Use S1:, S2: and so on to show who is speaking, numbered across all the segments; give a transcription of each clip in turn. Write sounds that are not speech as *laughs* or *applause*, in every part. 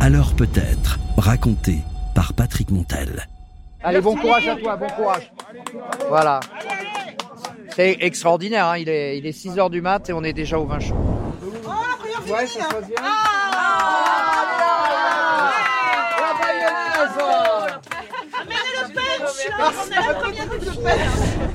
S1: Alors peut-être, raconté par Patrick Montel.
S2: Allez, bon courage à toi, bon courage. Voilà. C'est extraordinaire, hein, il est, il est 6 h du mat et on est déjà au vin chaud. Ouais,
S3: hein.
S2: ça se passe bien.
S3: Ah,
S2: La mayonnaise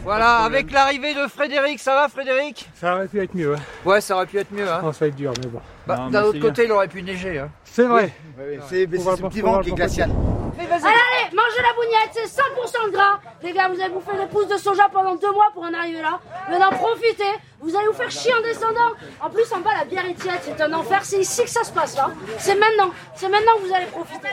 S2: Voilà, avec l'arrivée de Frédéric, ça va Frédéric
S4: Ça aurait pu être mieux. hein.
S2: Ouais, ça aurait pu être mieux. Hein.
S4: Non, ça va être dur, mais bon.
S2: Bah,
S5: Non, mais
S2: D'un
S5: c'est
S2: autre
S5: bien.
S2: côté, il aurait pu neiger. Hein.
S4: C'est vrai.
S6: C'est mais
S4: On
S6: c'est
S4: va
S6: ce
S4: pas-
S6: petit
S4: on va
S6: vent qui est
S4: pas-
S6: glacial.
S7: Allez, allez, mangez la bougnette, c'est 100% de gras. Les gars, vous avez bouffé des pousses de soja pendant deux mois pour en arriver là. Maintenant, profitez, vous allez vous faire chier en descendant. En plus, en bas, la bière est tiède, c'est un enfer, c'est ici que ça se passe, là. C'est maintenant, c'est maintenant que vous allez profiter.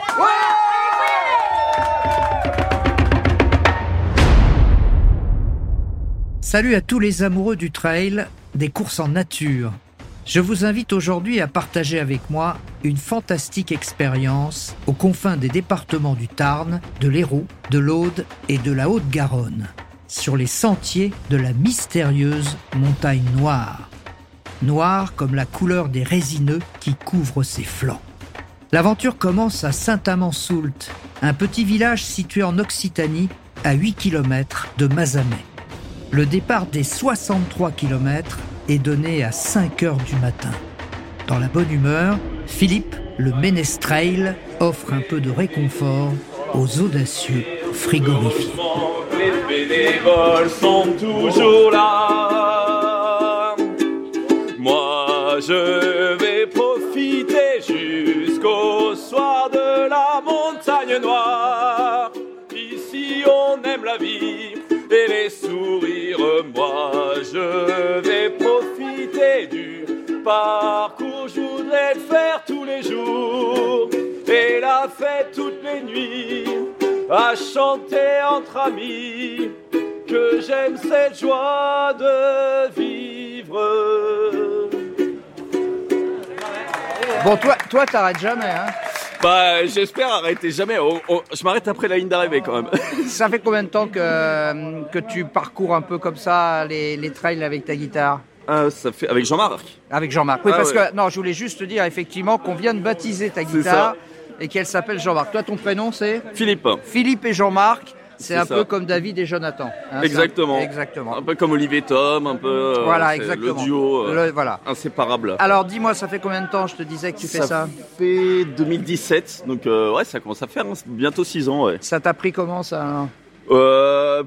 S8: Salut à tous les amoureux du trail, des courses en nature. Je vous invite aujourd'hui à partager avec moi une fantastique expérience aux confins des départements du Tarn, de l'Hérault, de l'Aude et de la Haute-Garonne, sur les sentiers de la mystérieuse montagne noire. Noire comme la couleur des résineux qui couvrent ses flancs. L'aventure commence à Saint-Amand-Soult, un petit village situé en Occitanie, à 8 km de Mazamet. Le départ des 63 km est donné à 5 heures du matin. Dans la bonne humeur, Philippe, le ménestrel, offre un peu de réconfort aux audacieux frigorifiés.
S5: Les bénévoles sont toujours là. Moi, je vais profiter jusqu'au soir de la montagne noire. Ici, on aime la vie et les sourires. Moi, je vais profiter du parcours. Je voudrais le faire tous les jours et la fête toutes les nuits à chanter entre amis que j'aime cette joie de vivre.
S2: Bon, toi, toi, t'arrêtes jamais. Hein.
S5: Bah, j'espère arrêter jamais. Oh, oh, je m'arrête après la ligne d'arrivée quand même.
S2: Ça fait combien de temps que, que tu parcours un peu comme ça les, les trails avec ta guitare
S5: Ah, ça fait avec Jean-Marc.
S2: Avec Jean-Marc. Oui,
S5: Ah
S2: parce
S5: ouais.
S2: que, non, je voulais juste te dire effectivement qu'on vient de baptiser ta
S5: C'est
S2: guitare et qu'elle s'appelle Jean-Marc. Toi, ton prénom, Ah, c'est
S5: Philippe.
S2: Philippe et Jean-Marc. C'est
S5: C'est
S2: un
S5: ça.
S2: peu comme David et Jonathan. hein,
S5: Exactement.
S2: c'est un- Exactement.
S5: Un peu comme Olivier Tom, un peu. euh,
S2: Voilà,
S5: c'est
S2: exactement.
S5: Le duo euh,
S2: Le- voilà.
S5: inséparable.
S2: Alors, dis-moi, ça fait combien de temps je te disais que tu fais ça
S5: fait 2017, donc euh, ouais, ça commence à faire hein, bientôt 6 ans. Ouais.
S2: Ça t'a pris comment ça alors
S5: Euh,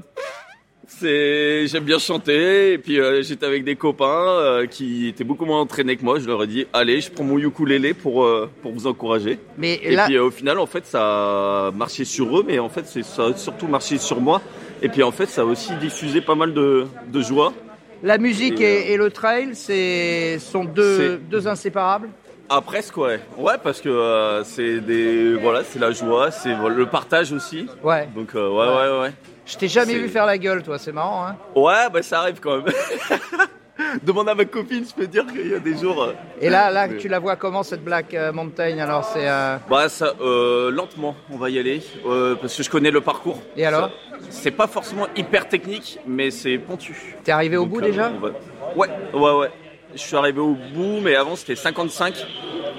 S5: c'est, j'aime bien chanter et puis euh, j'étais avec des copains euh, qui étaient beaucoup moins entraînés que moi. Je leur ai dit allez, je prends mon ukulélé pour euh, pour vous encourager.
S2: Mais
S5: Et,
S2: là,
S5: puis euh, au final, en fait, ça a marché sur eux, mais en fait, c'est ça a surtout marché sur moi. Et puis en fait, ça a aussi diffusé pas mal de de joie.
S2: la musique
S5: et,
S2: et, et le trail, c'est sont deux,
S5: Euh, C'est-
S2: deux inséparables.
S5: Ah presque ouais, ouais parce que euh, c'est des voilà, c'est la joie, c'est le partage aussi.
S2: Ouais.
S5: Donc euh, ouais ouais ouais.
S2: Je t'ai jamais
S5: C'est-
S2: vu faire la gueule, toi. C'est marrant. Hein
S5: Ouais, bah ça arrive quand même. *laughs* Demande à ma copine, je peux dire qu'il y a des jours. euh,
S2: et là, là,
S5: Oui.
S2: tu la vois comment cette Black euh, Mountain Alors, c'est euh,
S5: Bah ça, euh, lentement, on va y aller, euh, parce que je connais le parcours.
S2: Et alors
S5: Ça, C'est pas forcément hyper technique, mais c'est pentu.
S2: t'es arrivé au
S5: Donc,
S2: bout
S5: euh,
S2: déjà
S5: on va- Ouais, ouais, ouais. Je suis arrivé au bout, mais avant c'était 55.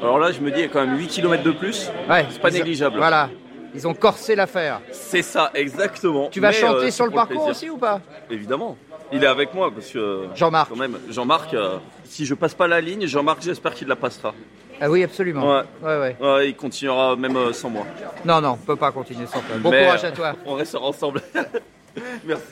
S5: Alors là, je me dis, il y a quand même 8 km de plus.
S2: Ouais.
S5: c'est pas
S2: ils ont-
S5: négligeable.
S2: Voilà. Ils ont corsé l'affaire.
S5: C'est ça, exactement.
S2: Tu vas
S5: Mais,
S2: chanter
S5: euh,
S2: sur
S5: c'est
S2: le
S5: pour
S2: parcours
S5: plaisir.
S2: aussi ou pas
S5: Évidemment. Il est avec moi parce que. euh,
S2: Jean-Marc.
S5: Quand même, Jean-Marc, euh, si je passe pas la ligne, Jean-Marc, j'espère qu'il la passera.
S2: Ah oui, absolument.
S5: Ouais.
S2: Ouais, ouais.
S5: Ouais, il continuera même euh, sans moi.
S2: Non, non, on peut pas continuer sans toi. Bon
S5: Mais,
S2: courage
S5: euh,
S2: à toi.
S5: *laughs* On restera ensemble. Merci.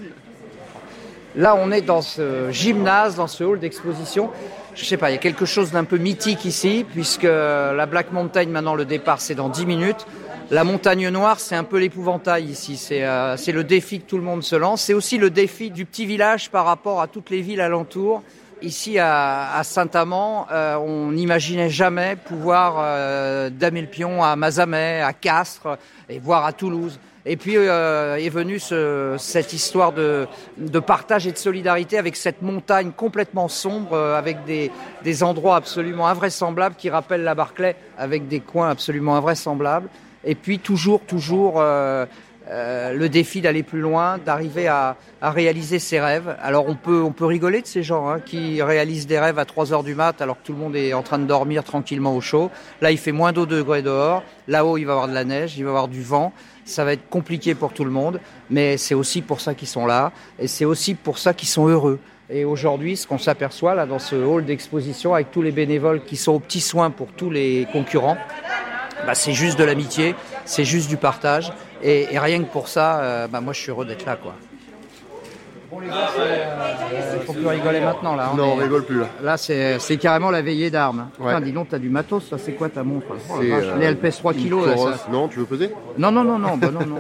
S2: Là, on est dans ce gymnase, dans ce hall d'exposition. Je sais pas, il y a quelque chose d'un peu mythique ici, puisque la Black Mountain, maintenant, le départ, c'est dans 10 minutes. La montagne noire, c'est un peu l'épouvantail ici. C'est euh, c'est le défi que tout le monde se lance. C'est aussi le défi du petit village par rapport à toutes les villes alentours. Ici, à, à Saint-Amand, euh, on n'imaginait jamais pouvoir euh, damer le pion à Mazamet, à Castres, et voire à Toulouse. Et puis euh, est venue ce- cette histoire de, de partage et de solidarité avec cette montagne complètement sombre, euh, avec des, des endroits absolument invraisemblables qui rappellent la Barclay, avec des coins absolument invraisemblables. Et puis toujours, toujours euh, euh, le défi d'aller plus loin, d'arriver à, à réaliser ses rêves. Alors on peut, on peut rigoler de ces gens hein, qui réalisent des rêves à 3 heures du mat alors que tout le monde est en train de dormir tranquillement au chaud. Là il fait moins d'eau degrés dehors, là-haut il va y avoir de la neige, il va y avoir du vent, ça va être compliqué pour tout le monde, mais c'est aussi pour ça qu'ils sont là et c'est aussi pour ça qu'ils sont heureux. Et aujourd'hui, ce qu'on s'aperçoit là dans ce hall d'exposition avec tous les bénévoles qui sont aux petits soins pour tous les concurrents, bah, c'est juste de l'amitié, c'est juste du partage. Et, et rien que pour ça, euh, bah, moi je suis heureux d'être là. Quoi. Bon, les gars, faut plus rigoler maintenant là.
S6: Non, on rigole plus là.
S2: Là, c'est c'est carrément la veillée d'armes.
S6: Ouais.
S2: Putain, dis donc, t'as du matos, ça c'est quoi ta montre là Oh la
S6: C'est,
S2: vache,
S6: euh,
S2: mais Elle pèse 3
S6: une
S2: kilos là,
S6: Coros.
S2: ça.
S6: Non, tu veux peser
S2: Non, non, non, non, bah, non, non.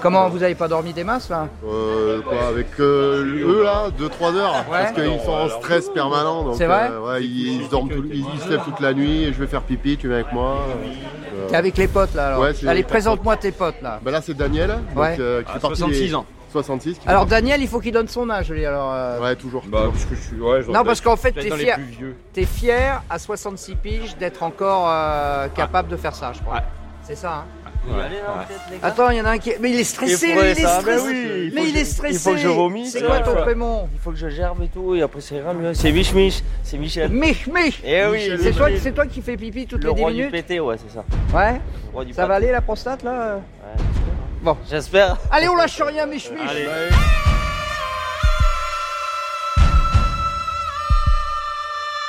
S2: Comment, vous avez pas dormi des masses là
S6: *laughs* euh, quoi, Avec euh, eux là, 2-3 heures, parce qu'ils sont en stress permanent. donc,
S2: C'est vrai
S6: euh, ouais, ils, ils dorment tout- ils- ils se lèvent toute la nuit, et je vais faire pipi, tu viens avec moi. euh,
S2: T'es avec les potes là alors
S6: Ouais, c'est-
S2: Allez, présente-moi tes potes là.
S6: Bah là c'est Daniel, donc,
S2: Ouais.
S6: euh, qui
S5: Ah,
S6: fait partie
S5: 66
S6: des-
S5: ans.
S6: 66. qui
S2: Alors
S6: fait
S2: Daniel, il faut qu'il donne son âge lui alors. euh,
S6: partie- ouais toujours.
S5: Bah, parce que je suis. Ouais, je dois
S2: Non, parce
S5: être-
S2: qu'en fait,
S5: je dois
S2: t'es
S5: être dans les
S2: fier.
S5: plus vieux.
S2: T'es fier à 66 piges d'être encore euh, capable de faire ça, je crois.
S5: Ouais.
S2: C'est ça.
S5: Ouais, ouais.
S2: Hein Attends, il y en a un qui. est- Mais il est stressé,
S9: Il
S2: lui,
S9: faudrait
S2: il est
S9: ça.
S2: stressé.
S9: Ben oui, il
S2: mais
S9: faut
S2: il
S9: que-
S2: est
S9: il faut
S2: stressé.
S9: que je vomisse,
S2: C'est
S9: là,
S2: quoi
S9: tu
S2: ton
S9: vois.
S2: prénom
S9: Il faut que je gerbe et tout, et après ça ira mieux. C'est Mich Mich, c'est Michel.
S2: Mich, Mich.
S9: Eh oui,
S2: C'est
S9: Michel
S2: toi,
S9: Mich.
S2: c'est toi qui fais pipi toutes
S9: le
S2: les 10
S9: roi du
S2: minutes
S9: pété, ouais, c'est ça.
S2: Ouais
S9: Le roi du
S2: Ça va
S9: pâté.
S2: aller la prostate là Bon.
S9: J'espère.
S2: Allez, on lâche rien, Mich, Mich.
S9: Allez.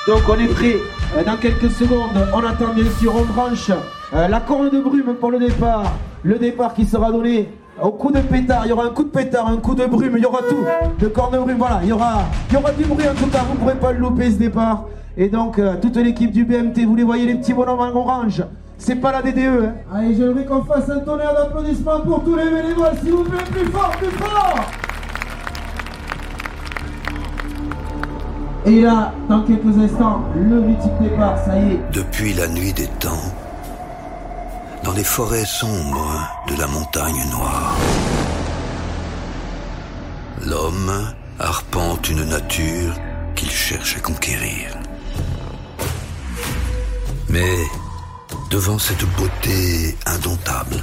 S10: Donc on est prêt. Euh, Dans quelques secondes, on attend bien sûr, on branche euh, la corne de brume pour le départ. Le départ qui sera donné au coup de pétard. Il y aura un coup de pétard, un coup de brume, il y aura tout. De corne de brume, voilà, il y aura, il y aura du bruit en tout cas. Vous ne pourrez pas le louper ce départ. Et donc euh, toute l'équipe du BMT, vous les voyez les petits bonhommes en orange. C'est pas la DDE. Hein. Allez, j'aimerais qu'on fasse un tonnerre d'applaudissements pour tous les bénévoles, s'il vous plaît, plus fort, plus fort. Et là, dans quelques instants, le mythique départ, ça y est.
S11: Depuis la nuit des temps, dans les forêts sombres de la montagne noire, l'homme arpente une nature qu'il cherche à conquérir. Mais devant cette beauté indomptable,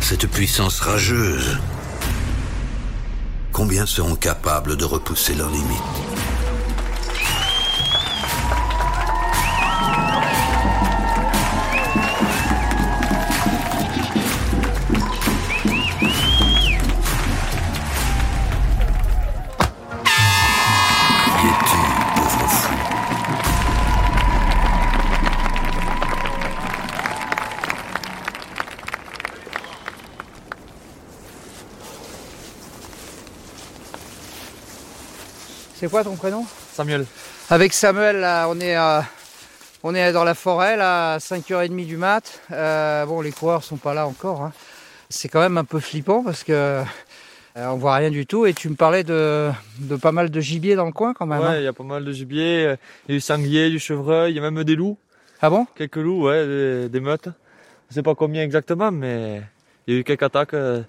S11: cette puissance rageuse, combien seront capables de repousser leurs limites Qui es-tu, pauvre fou
S2: C'est quoi ton prénom
S9: Samuel.
S2: Avec Samuel, là, on est, euh, on est dans la forêt, là, à 5h30 du mat. Euh, bon, les coureurs sont pas là encore. hein. C'est quand même un peu flippant parce que euh, on voit rien du tout. Et tu me parlais de, de pas mal de gibier dans le coin quand même. hein.
S9: il y a pas mal de gibier. euh, Il y a du sanglier, du chevreuil, il y a même des loups.
S2: Ah bon
S9: Quelques loups, ouais, des, des meutes. Je sais pas combien exactement, mais il y a eu quelques attaques euh,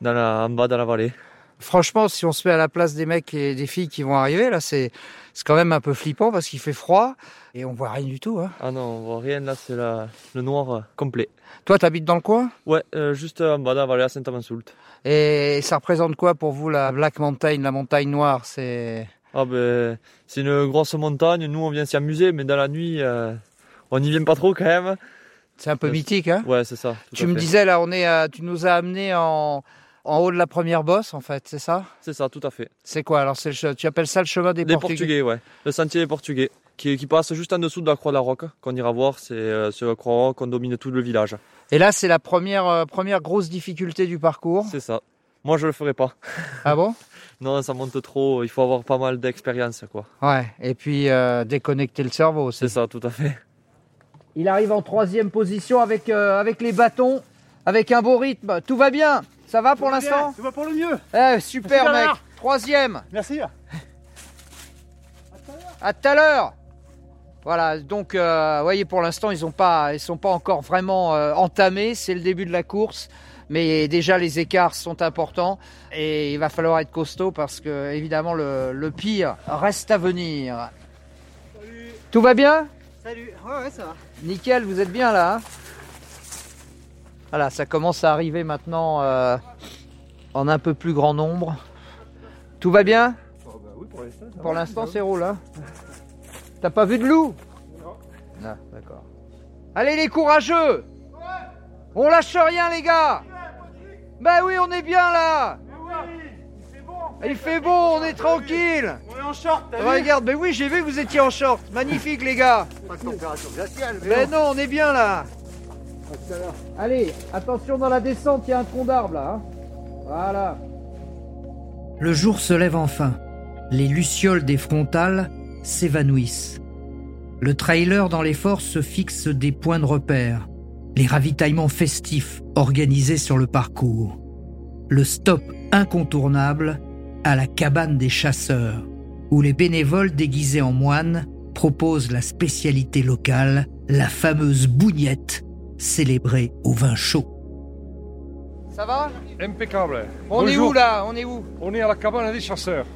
S9: dans la, en bas dans la vallée.
S2: Franchement, si on se met à la place des mecs et des filles qui vont arriver, là, c'est c'est quand même un peu flippant parce qu'il fait froid et on voit rien du tout. Hein.
S9: Ah non, on voit rien, là, c'est la- le noir euh, complet.
S2: Toi, t'habites dans le coin
S9: Ouais, euh, juste en bas dans la vallée à Saint-Amansoulte.
S2: et ça représente quoi pour vous la Black Mountain, la montagne noire C'est
S9: Ah ben, c'est une grosse montagne, nous on vient s'y amuser, mais dans la nuit, euh, on n'y vient pas trop quand même.
S2: c'est un peu
S9: Euh,
S2: mythique, hein
S9: Ouais, c'est ça. tout
S2: Tu
S9: à
S2: me
S9: fait.
S2: disais là, on est, à- tu nous as amené en, en haut de la première bosse en fait, c'est ça
S9: C'est ça, tout à fait.
S2: C'est quoi alors c'est le che- Tu appelles ça le chemin des
S9: Les
S2: Portugais,
S9: Portugais, ouais. Le sentier des Portugais, qui, qui passe juste en dessous de la Croix de la Roque, qu'on ira voir, c'est euh, sur la Croix de la Roque, on domine tout le village.
S2: Et là, c'est la première euh, première grosse difficulté du parcours.
S9: C'est ça. Moi, je le ferai pas.
S2: Ah bon
S9: *laughs* Non, ça monte trop, il faut avoir pas mal d'expérience, quoi.
S2: Ouais. Et puis euh, déconnecter le cerveau.
S9: C'est ça, tout à fait.
S2: Il arrive en troisième position avec euh, avec les bâtons, avec un beau rythme. Tout va bien. Ça va pour l'instant
S4: Ça va pour le mieux
S2: Eh, Super
S4: Super,
S2: mec.
S4: Bernard.
S2: Troisième.
S4: Merci
S12: Oh,
S2: À tout à l'heure. Voilà, donc euh, voyez pour l'instant ils ont pas ils sont pas encore vraiment euh, entamés, c'est le début de la course, mais déjà les écarts sont importants et il va falloir être costaud parce que évidemment le, le pire reste à venir. Tout va bien
S4: Salut Ouais, ouais, ça va.
S2: Nickel, vous êtes bien là hein Voilà, ça commence à arriver maintenant euh, en un peu plus grand nombre. Tout va bien
S12: bah
S4: pour l'instant.
S2: Pour l'instant, c'est roule. hein. T'as pas vu de loup Non. Ah, d'accord. Allez, les courageux On lâche rien, les gars Bah oui, on est bien là Il fait beau, on est tranquille
S4: On est en short, t'as vu
S2: Regarde, mais oui, j'ai vu que vous étiez en short. Magnifique, les gars.
S6: Pas de température glaciale,
S2: Mais non, on est bien là. Allez, attention dans la descente, il y a un tronc d'arbre là. hein. Voilà.
S8: Le jour se lève enfin. Les lucioles des frontales s'évanouissent. Le trailer dans les forces se fixe des points de repère. Les ravitaillements festifs organisés sur le parcours. Le stop incontournable à la cabane des chasseurs, où les bénévoles déguisés en moines proposent la spécialité locale, la fameuse bougnette, célébrée au vin chaud.
S2: euh, Ça va
S4: Impeccable.
S2: On est
S4: Bonjour.
S2: où là On est où
S4: On est à la cabane des chasseurs.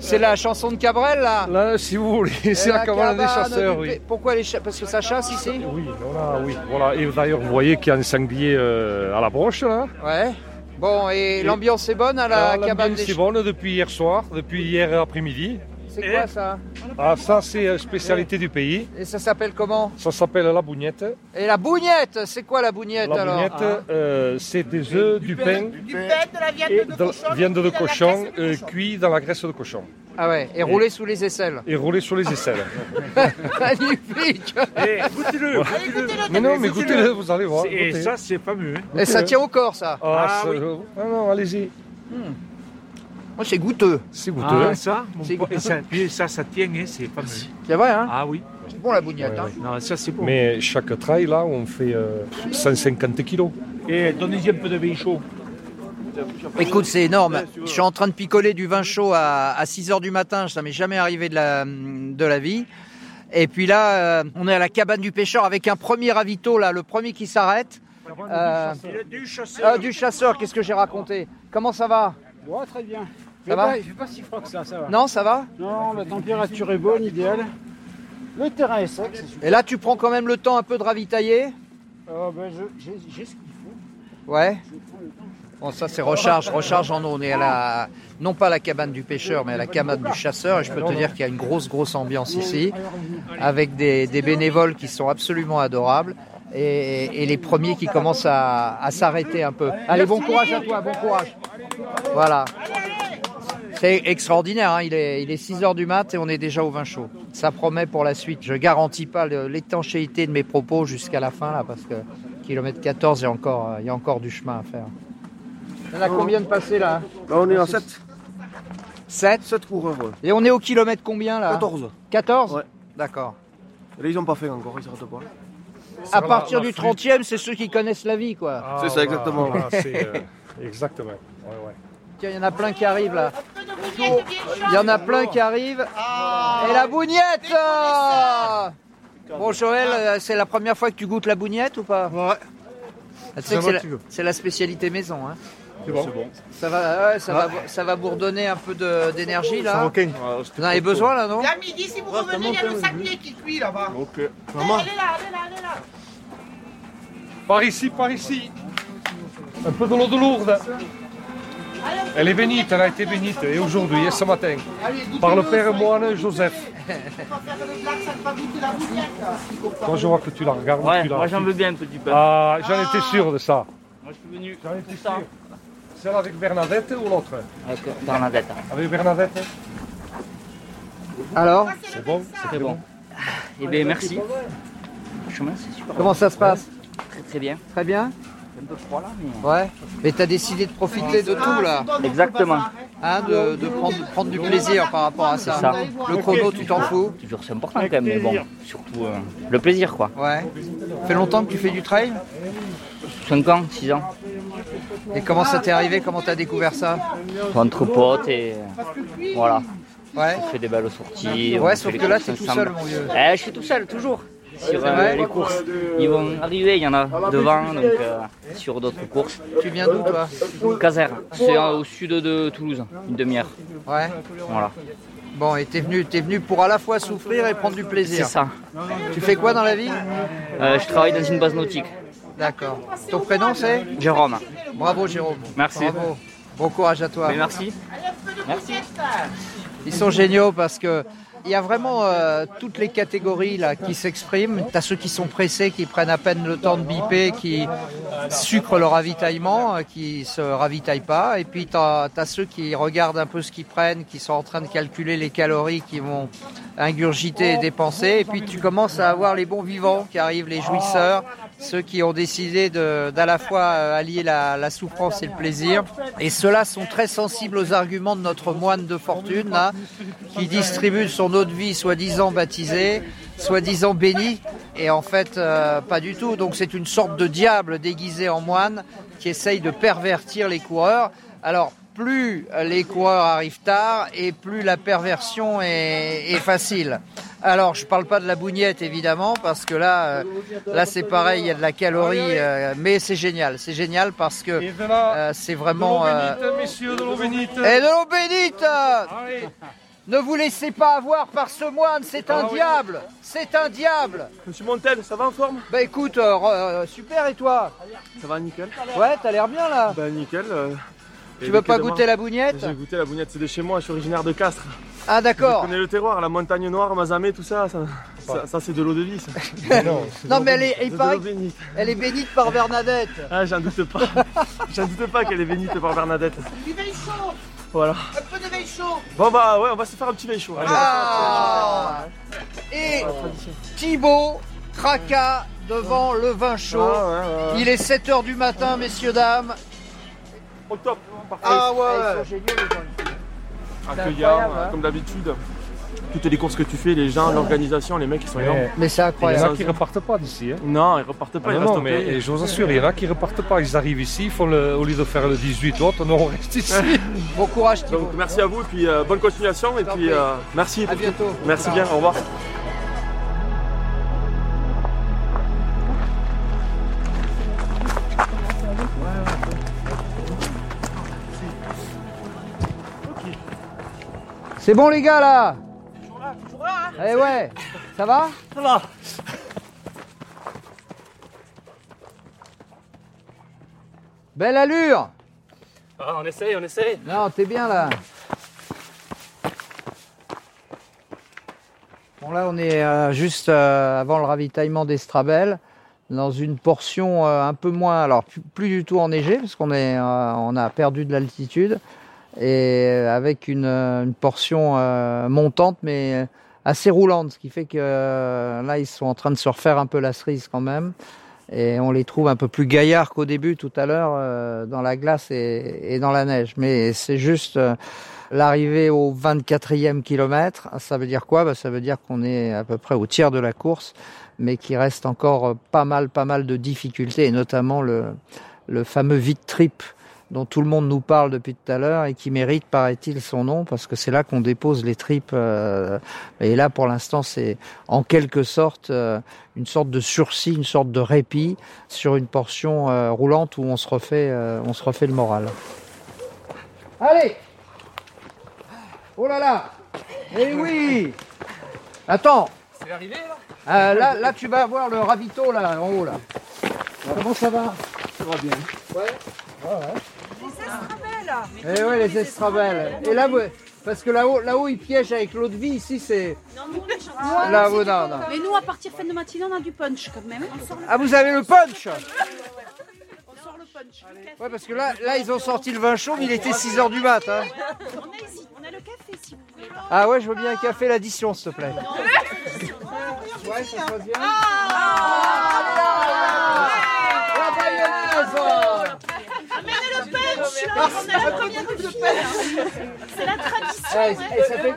S2: C'est la chanson de Cabrel là
S4: Là, si vous voulez, c'est
S2: Et
S4: la cabane des chasseurs,
S2: du
S4: oui.
S2: P- Pourquoi les chasseurs Parce que ça chasse ici
S4: Oui, on a- oui, voilà. Et d'ailleurs, vous voyez qu'il y a un sanglier euh, à la broche, là.
S2: Ouais. Bon, et l'ambiance est bonne à la
S4: Ah, l'ambiance
S2: cabane des
S4: est bonne depuis hier soir, depuis hier après-midi.
S2: C'est quoi ça
S4: Ah, ça, c'est une spécialité du pays.
S2: Et ça s'appelle comment
S4: Ça s'appelle la bougnette.
S2: Et la bougnette C'est quoi la bougnette
S4: La
S2: alors Ah.
S4: bougnette, euh, c'est des œufs, du, pain, et de la viande de cochon euh, cuit dans la graisse de cochon
S2: Ah ouais, et rouler sous les aisselles.
S4: et roulé sur les aisselles.
S2: *laughs* Magnifique
S4: mais non, mais goûtez-le, vous allez voir.
S13: Et
S4: goûtez.
S13: ça, c'est fameux.
S9: Ah,
S13: hein.
S2: Et ça tient au corps ça
S4: Ah,
S13: Ah
S4: ça-
S13: oui.
S4: ah non, allez-y.
S2: Moi c'est goûteux.
S4: Hmm. C'est goûteux.
S13: Ah, ça, mon
S2: C'est-
S13: pote, et ça, puis ça, ça tient, hein, c'est fameux.
S2: C'est vrai hein
S13: Ah oui.
S2: C'est bon la bougnette hein
S13: Non, ça, c'est bon.
S4: Mais chaque trail, là, on fait euh, 150 kilos.
S13: Et donnez-y un peu de vin chaud.
S2: Écoute, c'est énorme. Je suis en train de picoler du vin chaud à, 6 h du matin. Ça m'est jamais arrivé de la, de la vie. Et puis là, euh, on est à la cabane du pêcheur avec un premier avito, là, le premier qui s'arrête. Euh,
S13: Du chasseur.
S2: ah, du chasseur, qu'est-ce que j'ai raconté Comment ça va
S12: très bien.
S2: Ça va
S12: Il fait pas si froid que ça, ça va.
S2: Non, ça va
S12: Non, la température est bonne, idéale. Le terrain est sec, c'est super.
S2: Et là, tu prends quand même le temps un peu de ravitailler
S12: Ah ben, je- j'ai j'ai ce qu'il faut.
S2: Ouais.
S12: Je prends le temps.
S2: Bon, ça, c'est recharge, recharge en eau. On est à la, non pas à la cabane du pêcheur, mais à la cabane du chasseur. Et je peux te dire qu'il y a une grosse, grosse ambiance ici.
S12: Alors, on-
S2: avec des, des bénévoles qui sont absolument adorables et, et les premiers qui commencent à, à s'arrêter un peu. Allez, bon courage à toi, bon courage. Voilà. C'est extraordinaire, hein, il, est, il est 6 heures du mat et on est déjà au vin chaud. Ça promet pour la suite. Je garantis pas le- l'étanchéité de mes propos jusqu'à la fin, là, parce que kilomètre 14, il y a encore, euh, il y a encore du chemin à faire. Il y en a combien de passés là hein
S14: Là, Bah, on est en 7,
S2: 7
S14: 7 coureurs, ouais.
S2: Et on est au kilomètre combien là
S14: 14.
S2: 14
S14: Ouais.
S2: D'accord.
S14: Là, ils ont pas fait encore, ils s'arrêtent pas.
S2: À partir du 30e, c'est ceux qui connaissent la vie, quoi.
S12: Ah,
S14: C'est ça, exactement.
S4: voilà, c'est, euh, exactement. Ouais, ouais.
S2: *laughs* Tiens, il y en a plein qui arrivent là. Il y en a plein qui arrivent.
S15: Ah.
S2: Et la bougnette euh Bon
S15: Ah.
S2: Joël, euh, c'est la première fois que tu goûtes la bougnette ou pas Ouais.
S14: Ça va,
S2: c'est la,
S14: tu veux.
S2: c'est la spécialité maison. hein.
S14: C'est bon.
S2: Ça, va, ouais, ça, va, bo- ça va bourdonner un peu de- d'énergie là.
S14: Marocain.
S2: Vous en avez besoin là, non
S15: À midi, si vous revenez, il y a le sanglier qui cuit là-bas.
S14: Ok.
S15: Allez, Allez là, allez là, allez là.
S4: Par ici, par ici. Un peu de l'eau de Lourdes. Elle est bénite, elle a été bénite. Et aujourd'hui, et ce matin, par le Père Moine Joseph. Quand je vois que tu la regardes, tu la-
S13: moi j'en veux bien un petit peu.
S4: Ah, j'en étais sûr de ça.
S13: Moi je suis venu.
S4: Celle avec Bernadette ou l'autre
S13: Avec Bernadette.
S4: Avec Bernadette
S2: Alors,
S4: C'est bon
S13: Très bon. Eh bien merci. Chemin, c'est super.
S2: comment ça se passe
S13: Très très bien.
S2: Très bien
S13: C'est un peu froid là, mais.
S2: Ouais. Mais t'as décidé de profiter de tout là
S13: Exactement.
S2: Hein, de, de prendre, prendre du plaisir par rapport à ça.
S13: ça.
S2: Le chrono, tu t'en fous
S13: Toujours c'est important quand même, mais bon, surtout euh, le plaisir quoi.
S2: Ouais. Fait longtemps que tu fais du trail
S13: 5 ans, 6 ans,
S2: Et comment ça t'est arrivé Comment t'as découvert ça
S13: entre potes et euh, voilà,
S2: Ouais.
S13: on fait des belles sorties.
S2: Ouais,
S13: on
S2: sauf
S13: fait les
S2: que là,
S13: courses
S2: t'es tout
S13: ensemble.
S2: seul, mon vieux.
S13: Eh, je suis tout seul, toujours. Sur euh,
S2: vrai
S13: les courses, ils vont arriver, il y en a devant, donc euh, sur d'autres courses.
S2: Tu viens d'où toi
S13: Casère, c'est euh, au sud de Toulouse, une demi-heure.
S2: Ouais.
S13: Voilà,
S2: Bon, et t'es venu, t'es venu pour à la fois souffrir et prendre du
S13: c'est
S2: plaisir.
S13: ça.
S2: Tu fais quoi dans la vie
S13: Euh, je travaille dans une base nautique.
S2: D'accord. Ton prénom c'est
S13: Jérôme,
S2: Bravo Jérôme.
S13: Merci.
S2: Bravo. Bon courage à toi.
S13: Mais merci. Merci.
S2: Ils sont géniaux parce que il y a vraiment euh, toutes les catégories là qui s'expriment. T'as ceux qui sont pressés, qui prennent à peine le temps de biper, qui sucrent leur ravitaillement, euh, qui se ravitaillent pas. Et puis t'as as ceux qui regardent un peu ce qu'ils prennent, qui sont en train de calculer les calories qu'ils vont ingurgiter et dépenser. Et puis tu commences à avoir les bons vivants qui arrivent, les jouisseurs, ceux qui ont décidé de- d'à la fois euh, allier la, la souffrance et le plaisir. Et ceux-là sont très sensibles aux arguments de notre moine de fortune, là, qui distribue son eau de vie soi-disant baptisée, soi-disant bénie, et en fait, euh, pas du tout. Donc c'est une sorte de diable déguisé en moine qui essaye de pervertir les coureurs. Alors, plus les coureurs arrivent tard et plus la perversion est, est facile. Alors, je parle pas de la bougnette, évidemment, parce que là, euh, là c'est pareil, il y a de la calorie, euh, mais c'est génial. C'est génial parce que euh, c'est vraiment... euh,
S4: messieurs, de l'eau bénite.
S2: et Eh, de l'eau bénite Ne vous laissez pas avoir par ce moine, c'est un
S14: Ah oui.
S2: diable C'est un diable
S14: Monsieur Montel, ça va en forme
S2: Bah écoute, euh, re- euh, super et toi
S14: Ça va nickel
S2: Ouais, t'as l'air bien là
S14: Bah nickel. euh,
S2: Tu
S14: et
S2: veux pas
S14: demain.
S2: goûter la bougnette
S14: J'ai goûté la bougnette, c'est de chez moi, je suis originaire de Castres.
S2: Ah d'accord
S14: Je connais le terroir, la montagne noire, Mazamé, tout ça, ça, ça- ça, c'est de l'eau de vie ça.
S2: *laughs* Non mais elle est, il
S14: De
S2: paraît
S14: l'eau
S2: que- elle est bénite par Bernadette
S14: Ah, j'en doute pas. *laughs* j'en doute pas qu'elle est bénite par Bernadette.
S15: Du veille chaud
S14: Voilà.
S15: Un peu de veille chaud
S14: Bon bah ouais, on va se faire un petit veille chaud. allez.
S2: Ah Et Thibaut craqua devant le vin chaud.
S14: Ah, Ouais, ouais, ouais.
S2: Il est 7h du matin, messieurs, dames.
S14: Au top, parfait.
S2: Ah ouais
S14: Ah, ils sont Accueillant,
S2: incroyable,
S14: euh,
S2: hein.
S14: comme d'habitude. Toutes les courses que tu fais, les gens, l'organisation, les mecs, ils sont énormes.
S2: Mais c'est
S4: Il y en a
S2: incroyable.
S4: qui repartent pas d'ici. Hein.
S14: Non, ils repartent pas,
S4: Ah
S14: ils
S4: non,
S14: restent
S4: non, mais
S14: payés.
S4: et je vous assure, il y en a qui repartent pas. Ils arrivent ici, ils font le- au lieu de faire le 18 autres, non, on reste ici.
S2: *laughs* Bon courage, Thibaut.
S14: Donc merci à vous, et puis euh, bonne continuation, et puis
S2: prie.
S14: euh, merci.
S2: À bientôt.
S14: Merci bien, au revoir.
S2: C'est bon, les gars, là Eh ouais, ça va
S14: Ça va
S2: Belle allure
S16: Ah, on essaye, on essaye.
S2: Non, t'es bien là. Bon là, on est euh, juste euh, avant le ravitaillement d'Estrabel, dans une portion euh, un peu moins, alors plus, plus du tout enneigée, parce qu'on est, euh, on a perdu de l'altitude, et euh, avec une, euh, une portion euh, montante, mais euh, assez roulante, ce qui fait que euh, là, ils sont en train de se refaire un peu la cerise quand même. Et on les trouve un peu plus gaillards qu'au début tout à l'heure euh, dans la glace et, et dans la neige. Mais c'est juste euh, l'arrivée au 24e kilomètre. Ça veut dire quoi Bah, Ça veut dire qu'on est à peu près au tiers de la course, mais qu'il reste encore euh, pas mal, pas mal de difficultés, et notamment le, le fameux vide trip dont tout le monde nous parle depuis tout à l'heure et qui mérite, paraît-il, son nom, parce que c'est là qu'on dépose les tripes. euh, et là, pour l'instant, c'est en quelque sorte euh, une sorte de sursis, une sorte de répit sur une portion euh, roulante où on se refait, euh, on se refait le moral. Allez Oh là là Eh oui Attends
S16: C'est l'arrivée là
S2: euh, là, là, tu vas avoir le ravito là, en haut là. Comment ça va Ça va bien. Ouais. Eh ouais, les estrabelles. Et là, vous- parce que là-haut, là-haut, ils piègent avec l'eau de vie. Ici, c'est.
S3: Ah,
S2: Là, vous, non, non.
S3: Mais nous, à partir fin de matinée, on a du punch quand même.
S2: Ah, vous avez le punch
S3: On sort le punch.
S2: Ouais, parce que là, là, ils ont sorti le vin chaud, mais il était 6 h du mat.
S3: On
S2: hein.
S3: a ici, on a le café si vous voulez.
S2: Ah ouais, je veux bien un café, l'addition, s'il te plaît.
S3: Ouais,
S2: ça se passe bien.
S15: La
S2: mayonnaise
S15: Amenez le punch
S2: Merci.
S15: On a le premier coup de punch C'est la tradition
S2: Eh, eh, ça fait-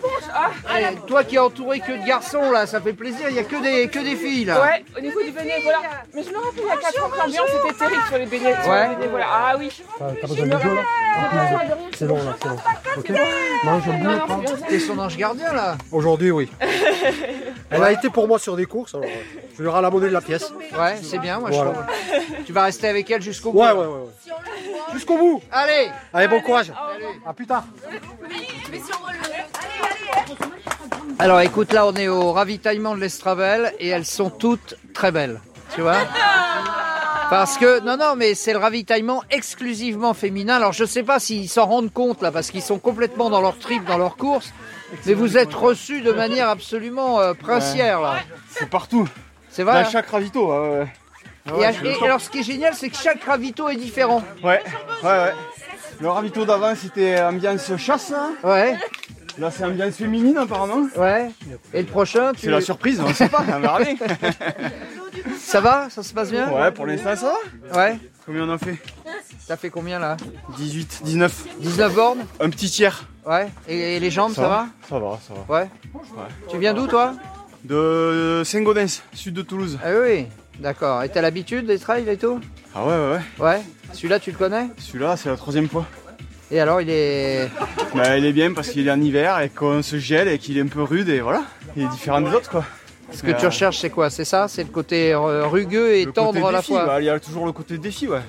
S2: Eh, toi qui es entouré que de garçons, là, ça fait plaisir, il n'y a que des, que des filles, là.
S17: Ouais, au niveau du beignet, voilà. Mais je me rappelle, il y a 4 ans, quand bien, c'était terrible sur les beignets. sur
S2: Ouais.
S17: les beignets, voilà. Ah oui.
S2: T'as
S17: besoin de l'eau, là
S2: C'est bon, là, c'est bon. Ok
S18: Mange un bout,
S17: prends.
S2: T'es son ange gardien, là
S18: Aujourd'hui, oui. Elle a été pour moi sur des courses, alors euh, je lui rends la monnaie de la pièce.
S2: Ouais, c'est bien, moi,
S18: Voilà.
S2: je trouve. Tu vas rester avec elle jusqu'au bout
S18: Ouais,
S2: là.
S18: ouais, ouais. ouais.
S2: Jusqu'au bout Allez
S18: Allez, bon courage.
S17: Ah
S18: Ah,
S2: À plus tard
S15: Mais si on relève Allez, allez
S2: Alors écoute, là on est au ravitaillement de l'Estravel et elles sont toutes très belles. Tu vois Parce que, non, non, mais c'est le ravitaillement exclusivement féminin. Alors, je sais pas s'ils s'en rendent compte, là, parce qu'ils sont complètement dans leur trip, dans leur course. Mais vous êtes reçus de manière absolument euh, princière, là.
S12: C'est partout.
S2: C'est vrai,
S12: À
S2: hein
S12: chaque ravito. ouais, ouais.
S2: Et, à- et alors, ce qui est génial, c'est que chaque ravito est différent.
S12: Ouais, ouais, ouais. Le ravito d'avant, c'était ambiance chasse. hein.
S2: Ouais.
S12: Là, c'est ambiance féminine, apparemment.
S2: Ouais. Et le prochain, tu.
S12: C'est la surprise, on sait pas, on verra bien.
S2: Ça va Ah, Ça se passe bien
S12: Ouais, pour l'instant, ça
S2: va. Ouais.
S12: Combien on a fait
S2: T'as fait combien, là
S12: 18, 19.
S2: 19 bornes
S12: Un petit tiers.
S2: Ouais. Et, et les jambes, ça, va
S12: Ça va, ça va.
S2: Ouais. Tu viens d'où, toi
S12: De Saint-Gaudens, sud de Toulouse.
S2: Ah oui, d'accord. Et t'as l'habitude des trails et tout
S12: Ah ouais, ouais, ouais.
S2: Ouais. Celui-là, tu le connais
S12: Celui-là, c'est la troisième fois.
S2: Et alors, il est.
S12: Bah, il est bien parce qu'il est en hiver et qu'on se gèle et qu'il est un peu rude et voilà. Il est différent des autres, quoi.
S2: Ce que tu recherches, c'est quoi C'est ça C'est le côté euh, rugueux et
S12: Euh. Le côté
S2: tendre à la
S12: défi,
S2: fois
S12: bah, il y a toujours le côté défi, ouais.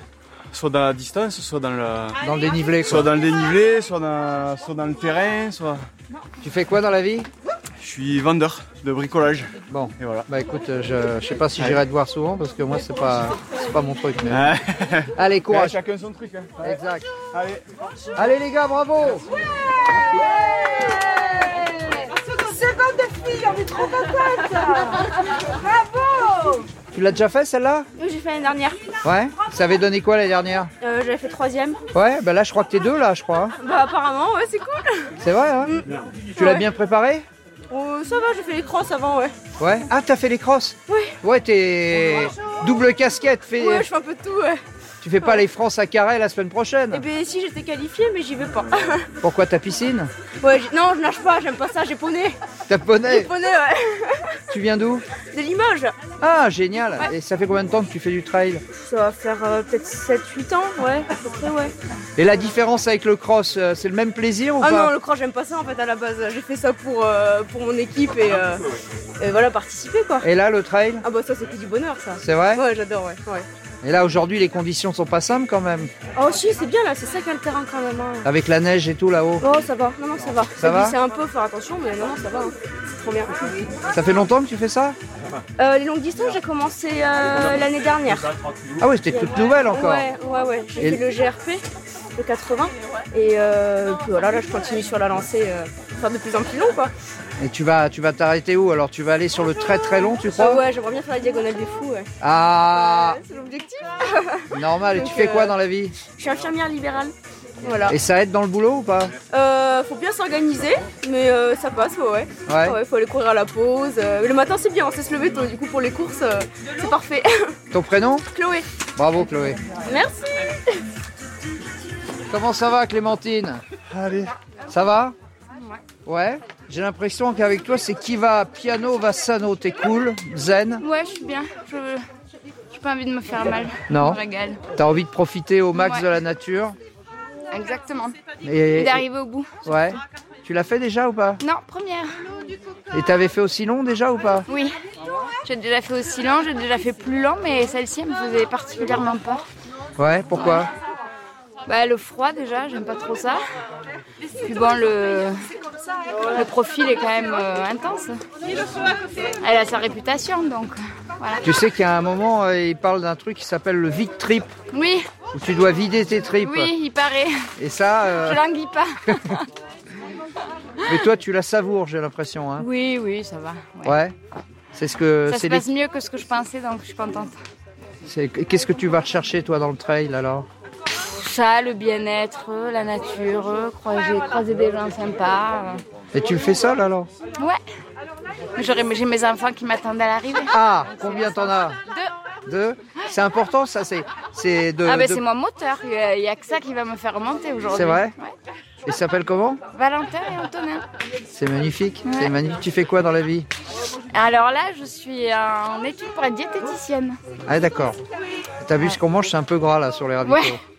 S12: Soit dans la distance, soit dans le,
S2: Dans le dénivelé,
S12: soit
S2: quoi.
S12: dans le dénivelé, soit dans, soit dans le terrain, soit.
S2: Tu fais quoi dans la vie
S12: Je suis vendeur de bricolage.
S2: Bon,
S12: et voilà.
S2: Bah écoute, euh, je, je sais pas si j'irai te voir souvent parce que moi, c'est pas, c'est pas mon truc. Mais... Allez,
S12: Ouais,
S2: courage.
S12: chacun son truc. Hein.
S2: Exact.
S12: Allez.
S2: Allez, les gars, bravo
S3: Seconde de fille, on est trop contente Bravo
S2: Tu l'as déjà fait, celle-là
S15: Oui, j'ai fait l'année dernière.
S2: Ouais. Ça avait donné quoi la dernière
S15: Euh, J'avais fait troisième.
S2: Ouais, bah là, je crois que t'es deux, là, je crois. hein.
S15: Bah apparemment, ouais, c'est cool.
S2: C'est vrai, hein
S12: Mm.
S2: Tu l'as bien préparée
S15: Oh, ça va, j'ai fait les crosses avant, ouais.
S2: Ouais. Ah, t'as fait les crosses
S15: Oui.
S2: Ouais, t'es double casquette. Fais...
S15: Ouais, je fais un peu de tout, ouais.
S2: Tu fais pas les France à carré la semaine prochaine
S15: Et ben si j'étais qualifiée, mais j'y vais pas. *laughs*
S2: Pourquoi ta piscine
S15: ouais, j'- non, je nage pas, j'aime pas ça, j'ai poney.
S2: T'as
S15: J'ai
S2: poney
S15: poney, ouais.
S2: Tu viens d'où
S15: De Limoges.
S2: Ah, génial Et ça fait combien de temps que tu fais du trail
S15: Ça va faire euh, peut-être 7-8 ans, ouais, à peu près, ouais.
S2: Et la différence avec le cross, euh, c'est le même plaisir ou
S15: Ah
S2: pas
S15: non, le cross, j'aime pas ça en fait à la base. J'ai fait ça pour, euh, pour mon équipe et, euh, et voilà, participer quoi.
S2: Et là, le trail
S15: Ah bah ça, c'est que du bonheur ça.
S2: C'est vrai
S15: Ouais, j'adore, ouais. ouais.
S2: Et là, aujourd'hui, les conditions sont pas simples quand même.
S15: Oh, si, c'est bien là, c'est ça qu'a le terrain quand même. hein.
S2: Avec la neige et tout là-haut.
S15: Oh, ça va, non, non, ça va.
S2: Ah. Ça va
S15: C'est un peu, faire attention, mais non, non, ça va. hein. C'est trop bien.
S2: Ça fait longtemps que tu fais ça
S15: Euh, les longues distances, j'ai commencé euh, l'année dernière.
S2: Ah oui, c'était toute nouvelle encore.
S15: Ouais, ouais, ouais. J'ai
S2: Et-
S15: fait le GRP, le 80. Et euh, puis voilà, là, je continue sur la lancée. euh, Enfin, de plus en plus long, quoi.
S2: Et tu vas tu vas t'arrêter où Alors, tu vas aller sur le très très long, tu crois
S15: Ah ouais, j'aimerais bien faire la diagonale des fous, ouais.
S2: Ah,
S15: Ouais, c'est l'objectif.
S2: *laughs* normal. Et
S15: Donc,
S2: tu fais quoi
S15: euh,
S2: dans la vie
S15: Je suis infirmière libérale. Voilà.
S2: Et ça aide dans le boulot ou pas
S15: Euh, faut bien s'organiser, mais euh, ça passe, ouais, ouais.
S2: Ouais.
S15: faut aller courir à la pause. euh, le matin, c'est bien, on sait se lever tôt. Du coup, pour les courses, euh, c'est parfait. *laughs*
S2: Ton prénom
S15: Chloé,
S2: Bravo, Chloé.
S15: merci.
S2: Comment ça va, Clémentine Allez. Ça va Ouais. J'ai l'impression qu'avec toi, c'est qui va piano, va sano, t'es cool, zen.
S19: Ouais, je suis bien. Je j'ai pas envie de me faire mal.
S2: Non.
S19: Je régale.
S2: T'as envie de profiter au max
S19: Ouais.
S2: de la nature.
S19: Exactement.
S2: Et-
S19: Et d'arriver au bout.
S2: Ouais. Tu l'as fait déjà ou pas
S19: Non, première.
S2: Et t'avais fait aussi long déjà ou pas
S19: Oui.
S3: hein
S19: J'ai déjà fait aussi lent, j'ai déjà fait plus lent, mais celle-ci, elle me faisait particulièrement peur.
S2: Ouais, pourquoi
S19: Bah, le froid, déjà, j'aime pas trop ça. Puis bon, le,
S3: hein.
S19: le profil est quand même euh, intense. Elle a sa réputation, donc voilà.
S2: Tu sais qu'il y a un moment, euh, il parle d'un truc qui s'appelle le vide trip,
S19: Oui,
S2: où tu dois vider tes tripes.
S19: oui, il paraît.
S2: Et ça, euh,
S19: Je languis pas.
S2: *laughs* mais toi, tu la savoures, j'ai l'impression. Hein.
S19: Oui, oui, ça va. ouais.
S2: Ouais. C'est ce que.
S19: ça se
S2: Euh, c'est les-
S19: passe mieux que ce que je pensais, donc je suis contente.
S2: c'est- Qu'est-ce que tu vas rechercher toi dans le trail alors
S19: Ça, le bien-être, euh, la nature, euh, croiser, croiser des gens sympas.
S2: Et tu le fais seul alors
S19: euh. Ouais. J'aurais- J'ai mes enfants qui m'attendent à l'arrivée.
S2: Ah, combien t'en as
S19: Deux.
S2: Deux C'est important ça, c'est c'est de.
S19: ah ben
S2: de-
S19: c'est mon moteur, il n'y a, que ça qui va me faire remonter aujourd'hui.
S2: C'est vrai
S19: Ouais.
S2: Il s'appelle comment
S19: Valentin et Antonin.
S2: C'est magnifique.
S19: Ouais.
S2: C'est magnifique. Tu fais quoi dans la vie
S19: Alors là, je suis en études pour être diététicienne.
S2: Ah d'accord. T'as vu ce qu'on mange, c'est un peu gras là sur les ravitaux.
S19: Ouais. *laughs*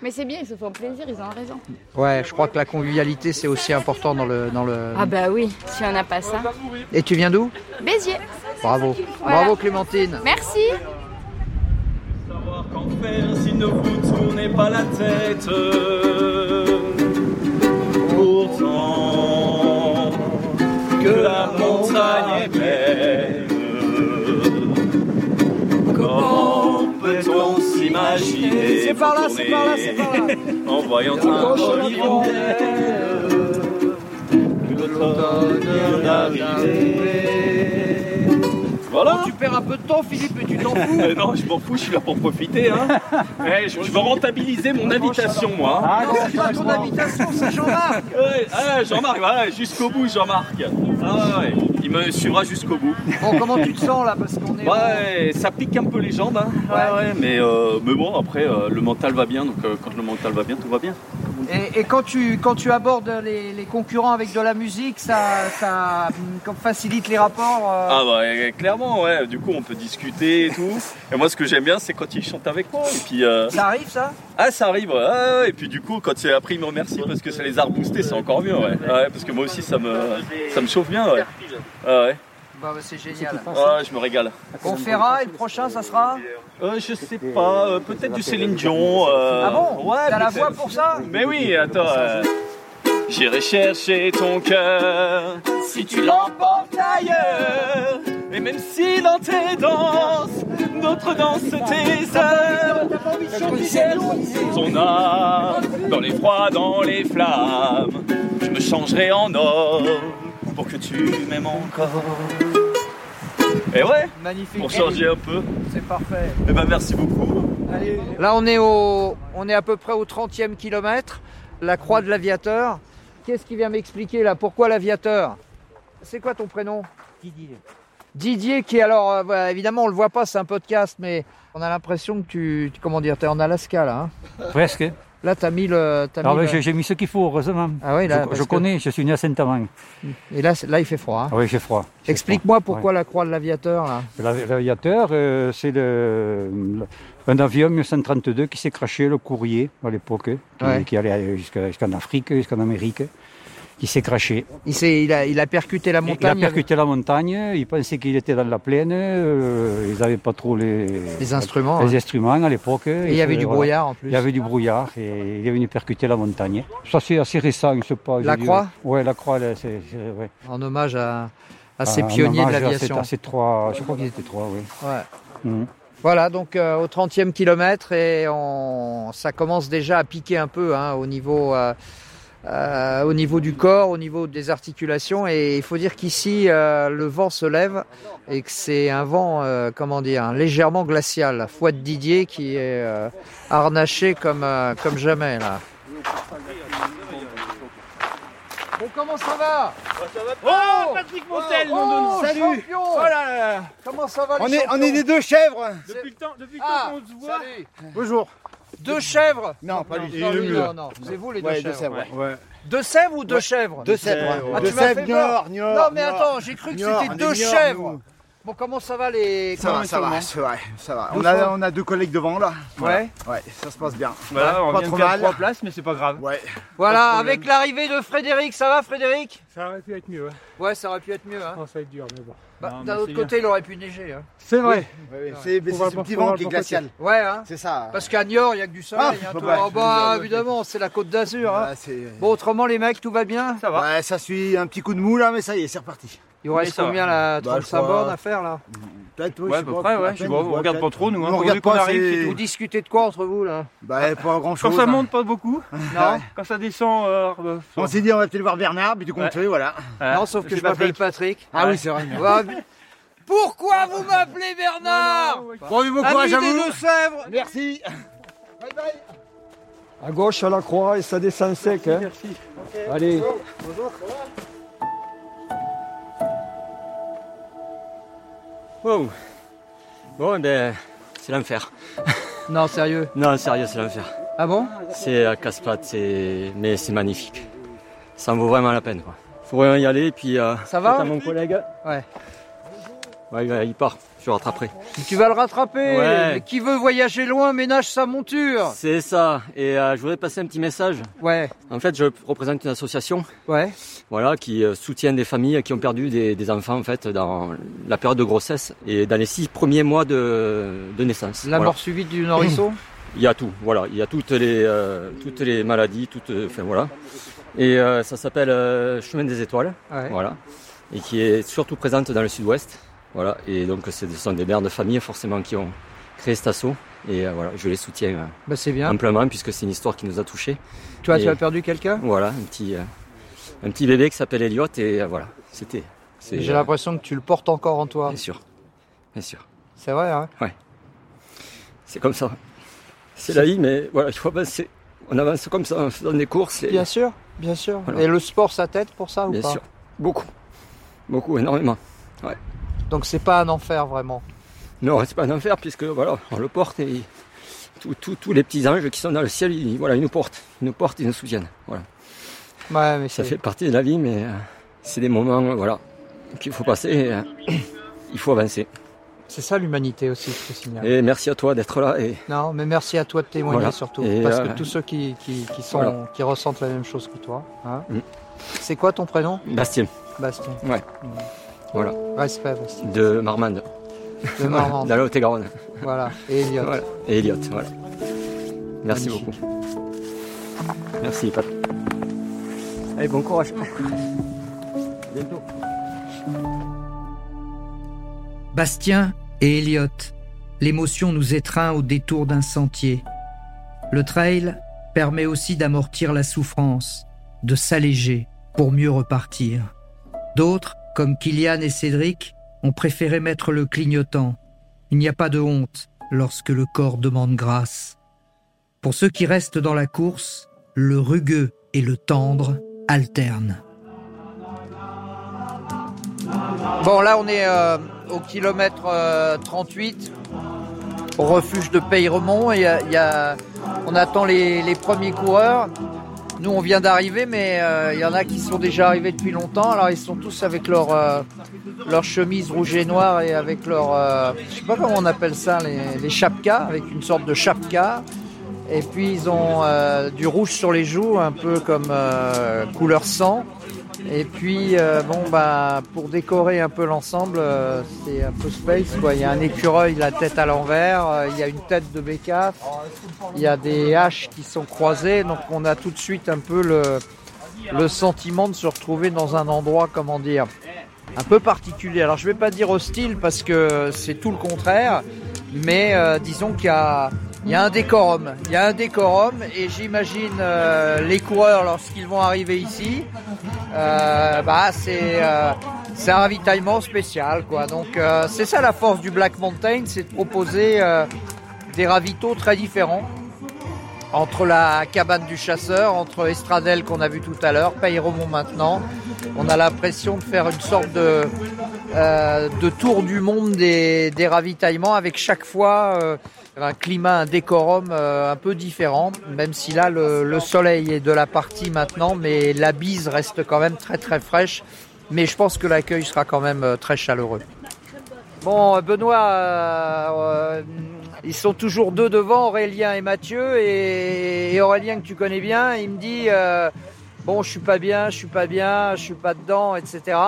S19: Mais c'est bien, ils se font plaisir, ils ont raison.
S2: Ouais, je crois que la convivialité c'est aussi important dans le dans le.
S19: Ah bah oui, si on n'a pas ça.
S2: Et tu viens d'où
S19: Béziers.
S2: Bravo.
S19: Voilà.
S2: Bravo Clémentine.
S19: Merci.
S20: Qu'en faire si ne vous tournez pas la tête Pourtant que la montagne est belle, comment peut-on se imaginer.
S3: C'est par là,
S20: vous
S3: c'est par là, c'est par là.
S20: tourner *laughs* En voyant un joli l'automne d'arriver.
S2: Voilà. tu perds un peu de temps, Philippe, et tu t'en fous.
S5: Euh, *laughs* non, je m'en fous, je suis là pour profiter.
S2: *laughs*
S5: Hein. Eh, je, je veux rentabiliser mon invitation, moi. hein.
S2: Ah, non, c'est pas ton invitation, c'est Jean-Marc.
S5: *laughs* Ouais, ouais, Jean-Marc, voilà, jusqu'au bout, Jean-Marc. Ah, ouais, il me suivra jusqu'au bout.
S2: Bon, comment tu te sens là Parce qu'on est.
S5: Ouais, ça pique un peu les jambes. Hein. Ouais, ouais, mais, euh, mais bon, après, euh, le mental va bien, donc euh, quand le mental va bien, tout va bien.
S2: Et, et quand, tu, quand tu abordes les, les concurrents avec de la musique, ça, ça hum, comme facilite les rapports. euh,
S5: Ah bah euh, clairement ouais, du coup on peut discuter et tout. Et moi ce que j'aime bien c'est quand ils chantent avec moi et puis euh,
S2: Ça arrive ça
S5: ah ça arrive ouais, ouais, ouais. et puis du coup quand c'est après ils me remercient parce que ça les a reboostés c'est encore mieux ouais. Ah, Ouais, parce que moi aussi ça me ça me chauffe bien ouais. Ah ouais.
S2: Bah, bah, c'est génial.
S5: Ah, je me régale.
S2: *laughs* On fera et le prochain ça sera
S5: Euh, je sais pas, euh, peut-être du Céline Dion. euh,
S2: Ah bon
S5: ouais,
S2: T'as la
S5: peut-être.
S2: voix pour ça
S5: Mais oui, attends. euh, J'irai chercher ton cœur si tu l'emportes ailleurs. Et même si dans tes danses, d'autres dansent tes heures, ton âme, dans les froids, dans les flammes, je me changerai en or pour que tu m'aimes encore. Et ouais,
S2: Magnifique.
S5: pour changer un peu.
S2: C'est parfait.
S5: Eh ben merci beaucoup.
S2: Là, on est, au, on est à peu près au 30e kilomètre, la croix de l'aviateur. Qu'est-ce qui vient m'expliquer là Pourquoi l'aviateur C'est quoi ton prénom Didier. Didier, qui alors, euh, voilà, évidemment, on le voit pas, c'est un podcast, mais on a l'impression que tu, tu- comment dire, t'es en Alaska là. hein
S21: Presque.
S2: là, t'as mis le. t'as
S21: Ah
S2: mis
S21: ouais,
S2: le-
S21: j'ai- j'ai mis ce qu'il faut, heureusement.
S2: Ah oui, là,
S21: je,
S2: parce
S21: je
S2: que-
S21: connais, je suis né à Saint-Amand.
S2: Et là, c'est- là, il fait froid. hein.
S21: Ah oui, j'ai froid.
S2: Explique-moi pourquoi la croix de l'aviateur là.
S21: L'avi- L'aviateur, euh, c'est le- un avion 1932 qui s'est craché, le courrier à l'époque, qui,
S2: Ouais.
S21: qui allait jusqu'à- jusqu'en Afrique, jusqu'en Amérique, qui s'est craché.
S2: Il, s'est- il a, il a percuté
S21: Il
S2: la
S21: a
S2: montagne.
S21: percuté la montagne, il pensait qu'il était dans la plaine, euh, ils n'avaient pas trop les,
S2: Les instruments,
S21: les
S2: hein.
S21: instruments à l'époque.
S2: il y avait du brouillard, en plus.
S21: Il y avait du brouillard et il est venu percuter la montagne. Ça c'est assez récent, je sais pas.
S2: La
S21: je dis-
S2: croix
S21: Ouais, la croix, là, c'est, c'est- ouais.
S2: En hommage à, à ces
S21: En
S2: pionniers de
S21: hommage à ces-
S2: l'aviation.
S21: À ces trois, je crois qu'ils étaient trois, oui.
S2: Ouais.
S21: Mhm.
S2: Voilà, donc euh, au 30e kilomètre, et on, ça commence déjà à piquer un peu hein, au, niveau, euh, euh, au niveau du corps, au niveau des articulations. Et il faut dire qu'ici, euh, le vent se lève et que c'est un vent, euh, comment dire, légèrement glacial. La foi de Didier qui est euh, harnaché comme, euh, comme jamais. Là. Bon, comment ça va
S20: Oh, Patrick Montel, mon
S2: oh,
S20: don-
S2: Salut
S20: Oh là là.
S2: Comment ça va les
S20: On est- on
S2: champions
S20: est des deux chèvres.
S2: Depuis le temps, depuis qu'on se voit.
S20: Bonjour.
S2: Deux chèvres
S20: Non, pas lui.
S2: Non, lui, non, non. C'est vous les deux
S20: Ouais,
S2: chèvres.
S20: deux chèvres, ouais. Ouais.
S2: Deux chèvres ou deux chèvres
S20: deux chèvres, ouais.
S2: Ah,
S20: Deux
S2: tu m'as
S20: chèvres,
S2: fait peur.
S20: Niort, Niort,
S2: Non, mais
S20: Niort.
S2: attends, j'ai cru que
S20: Niort,
S2: c'était
S20: on est
S2: deux
S20: Niort,
S2: chèvres.
S20: nous.
S2: Bon, comment ça va les.
S20: Ça
S2: comment
S20: va,
S2: ils
S20: ça
S2: sont,
S20: va,
S2: non
S20: ça va, ça va. On
S2: Doucement.
S20: a, on a deux collègues devant là. Voilà.
S2: Ouais.
S20: Ouais, ça se passe bien.
S2: Voilà, on
S20: pas
S2: vient de
S20: trop
S2: perdre
S20: mal.
S2: trois
S20: places, mais c'est pas grave. Ouais.
S2: Voilà,
S20: Pas de
S2: avec l'arrivée de Frédéric, ça va Frédéric
S22: Ça aurait pu être mieux.
S2: Ouais, ça aurait pu être mieux. Hein.
S22: ça va être dur, mais bon.
S2: Bah,
S22: Non, mais
S2: D'un
S22: c'est
S2: autre
S22: bien.
S2: côté, il aurait pu neiger. Hein.
S22: C'est vrai.
S20: Ouais, ouais, c'est mais
S2: Faut
S20: c'est
S2: voir
S20: ce
S2: le
S20: petit
S2: bon- faut
S20: vent
S2: voir
S20: qui est
S2: le bon
S20: glacial.
S2: Ouais, hein
S20: C'est ça.
S2: Parce qu'à Niort, il n'y a que du soleil.
S20: Ah,
S2: hein, tout-
S20: bah,
S2: oh, bah,
S20: ouais.
S2: évidemment, c'est la côte d'Azur. hein. Bon, autrement, les mecs, tout va bien
S20: Ça va. Bah, Ouais, ça suit un petit coup de mou là, mais ça y est, c'est reparti. Bah,
S2: Il vous reste combien la 35 bornes à faire là
S20: Peut-être,
S2: Ouais, à peu près, ouais. Je vois, on regarde pas trop, nous, hein.
S20: On
S2: Vu
S20: regarde
S2: qu'on
S20: pas,
S2: arrive,
S20: c'est-
S2: c'est tout. Vous discutez de quoi entre vous là
S20: Bah, pas grand chose.
S2: Quand ça monte,
S20: pas *laughs* beaucoup.
S2: Non.
S20: Quand ça descend.
S2: euh,
S20: on s'est dit, on va peut-être voir Bernard, puis du coup, on te fait, voilà.
S2: Non, sauf que je m'appelle Patrick.
S20: Ah oui, c'est vrai.
S2: Ouais, mais- Pourquoi vous m'appelez Bernard
S20: Bon, mais bon courage à
S2: Amis des
S20: vous.
S2: Deux-Sèvres
S20: Merci
S22: À gauche, à la croix, et ça descend sec. Hein. Allez.
S23: Wow. Bon, ben, c'est l'enfer.
S2: Non, sérieux
S23: Non, sérieux, c'est l'enfer.
S2: Ah bon
S23: C'est à casse-pattes, c'est... mais c'est magnifique. Ça en vaut vraiment la peine, quoi. Faut vraiment y aller, et puis... euh,
S2: Ça va
S23: peut-être à mon collègue.
S2: Ouais.
S23: Ouais, il va- il part, je le rattraperai.
S2: Tu vas le rattraper.
S23: Ouais.
S2: Mais qui veut voyager loin ménage sa monture.
S23: C'est ça, et euh, je voudrais passer un petit message.
S2: Ouais.
S23: En fait, je représente une association.
S2: Ouais.
S23: Voilà, qui euh, soutient des familles qui ont perdu des, des enfants, en fait, dans la période de grossesse et dans les six premiers mois de, de naissance.
S2: La
S23: Voilà.
S2: mort suivie du nourrisson
S23: Il y a tout, voilà. Il y a toutes les, euh, toutes les maladies, toutes, euh, enfin voilà. Et euh, ça s'appelle euh, Chemin des Étoiles,
S2: Ouais.
S23: voilà. Et qui est surtout présente dans le sud-ouest, voilà. Et donc c'est- ce sont des mères de famille forcément qui ont créé cet assaut. Et euh, voilà, je les soutiens euh,
S2: Bah, c'est bien.
S23: amplement puisque c'est une histoire qui nous a touchés.
S2: Toi,
S23: Et
S2: tu as perdu quelqu'un
S23: Voilà, un petit, euh, un petit bébé qui s'appelle Elliot et euh, voilà, c'était. *clears throat* c'est- euh,
S2: J'ai l'impression que tu le portes encore en toi. Bien
S23: sûr. Bien sûr.
S2: C'est vrai, hein
S23: Ouais. C'est comme ça. C'est la vie, mais voilà, il faut avancer. On avance comme ça en faisant des courses. et-
S2: Bien sûr, bien sûr.
S23: Voilà.
S2: Et le sport, ça t'aide pour ça ou
S23: Bien
S2: pas
S23: sûr. Beaucoup. Beaucoup, énormément. Ouais.
S2: Donc c'est pas un enfer vraiment.
S23: Non, c'est pas un enfer puisque voilà, on le porte et tous- tous- tous les petits anges qui sont dans le ciel, ils, voilà, ils nous portent, ils nous portent, ils nous soutiennent. Voilà.
S2: Ouais, mais
S23: Ça
S2: c'est-
S23: fait partie de la vie, mais euh, c'est des moments euh, voilà, qu'il faut passer. et, euh, il faut avancer.
S2: C'est ça l'humanité aussi, je te signale.
S23: Et merci à toi d'être là. Et
S2: Non, mais merci à toi de témoigner
S23: Voilà.
S2: surtout.
S23: Et,
S2: parce
S23: euh,
S2: que tous ceux qui, qui, qui sont,
S23: voilà.
S2: qui ressentent la même chose que toi. hein.
S23: Mm.
S2: C'est quoi ton prénom
S23: Bastien.
S2: Bastien.
S23: Ouais. Voilà.
S2: Respect, Bastien.
S23: De Marmande.
S2: De
S23: *laughs*
S2: Marmande.
S23: Dans la Haute-Garonne.
S2: Voilà. Et Elliot.
S23: Voilà. Et Elliot, voilà. Merci beaucoup. Merci, Pat. Allez, bon courage. bientôt.
S8: Bastien et Elliot, l'émotion nous étreint au détour d'un sentier. Le trail permet aussi d'amortir la souffrance, de s'alléger pour mieux repartir. D'autres, comme Kylian et Cédric, ont préféré mettre le clignotant. Il n'y a pas de honte lorsque le corps demande grâce. Pour ceux qui restent dans la course, le rugueux et le tendre alternent.
S2: Bon, là, on est euh, au kilomètre euh, 38, au refuge de Peyremont. Et, euh, il y a- on attend les, les premiers coureurs. Nous, on vient d'arriver, mais euh, il y en a qui sont déjà arrivés depuis longtemps. Alors, ils sont tous avec leur, euh, leur chemise rouge et noire et avec leur. euh, je sais pas comment on appelle ça, les, les chapkas, avec une sorte de chapka. Et puis, ils ont euh, du rouge sur les joues, un peu comme euh, couleur sang. Et puis, euh, bon, bah, pour décorer un peu l'ensemble, euh, c'est un peu space. Quoi. Il y a un écureuil, la tête à l'envers, euh, il y a une tête de bécaf, il y a des haches qui sont croisées. Donc, on a tout de suite un peu le, le sentiment de se retrouver dans un endroit, comment dire, un peu particulier. Alors, je vais pas dire hostile parce que c'est tout le contraire, mais euh, disons qu'il y a. Il y a un décorum, il y a un décorum et j'imagine euh, les coureurs lorsqu'ils vont arriver ici, euh, bah, c'est euh, c'est un ravitaillement spécial. Quoi. Donc, euh, c'est ça la force du Black Mountain, c'est de proposer euh, des ravitaux très différents. Entre la cabane du chasseur, entre Estradel qu'on a vu tout à l'heure, Payremont maintenant, on a l'impression de faire une sorte de, euh, de tour du monde des, des ravitaillements avec chaque fois euh, un climat, un décorum euh, un peu différent, même si là le, le soleil est de la partie maintenant, mais la bise reste quand même très très fraîche. Mais je pense que l'accueil sera quand même euh, très chaleureux. Bon, euh, Benoît, euh, euh, ils sont toujours deux devant, Aurélien et Mathieu. Et, et Aurélien, que tu connais bien, il me dit euh, Bon, je suis pas bien, je suis pas bien, je suis pas dedans, etc.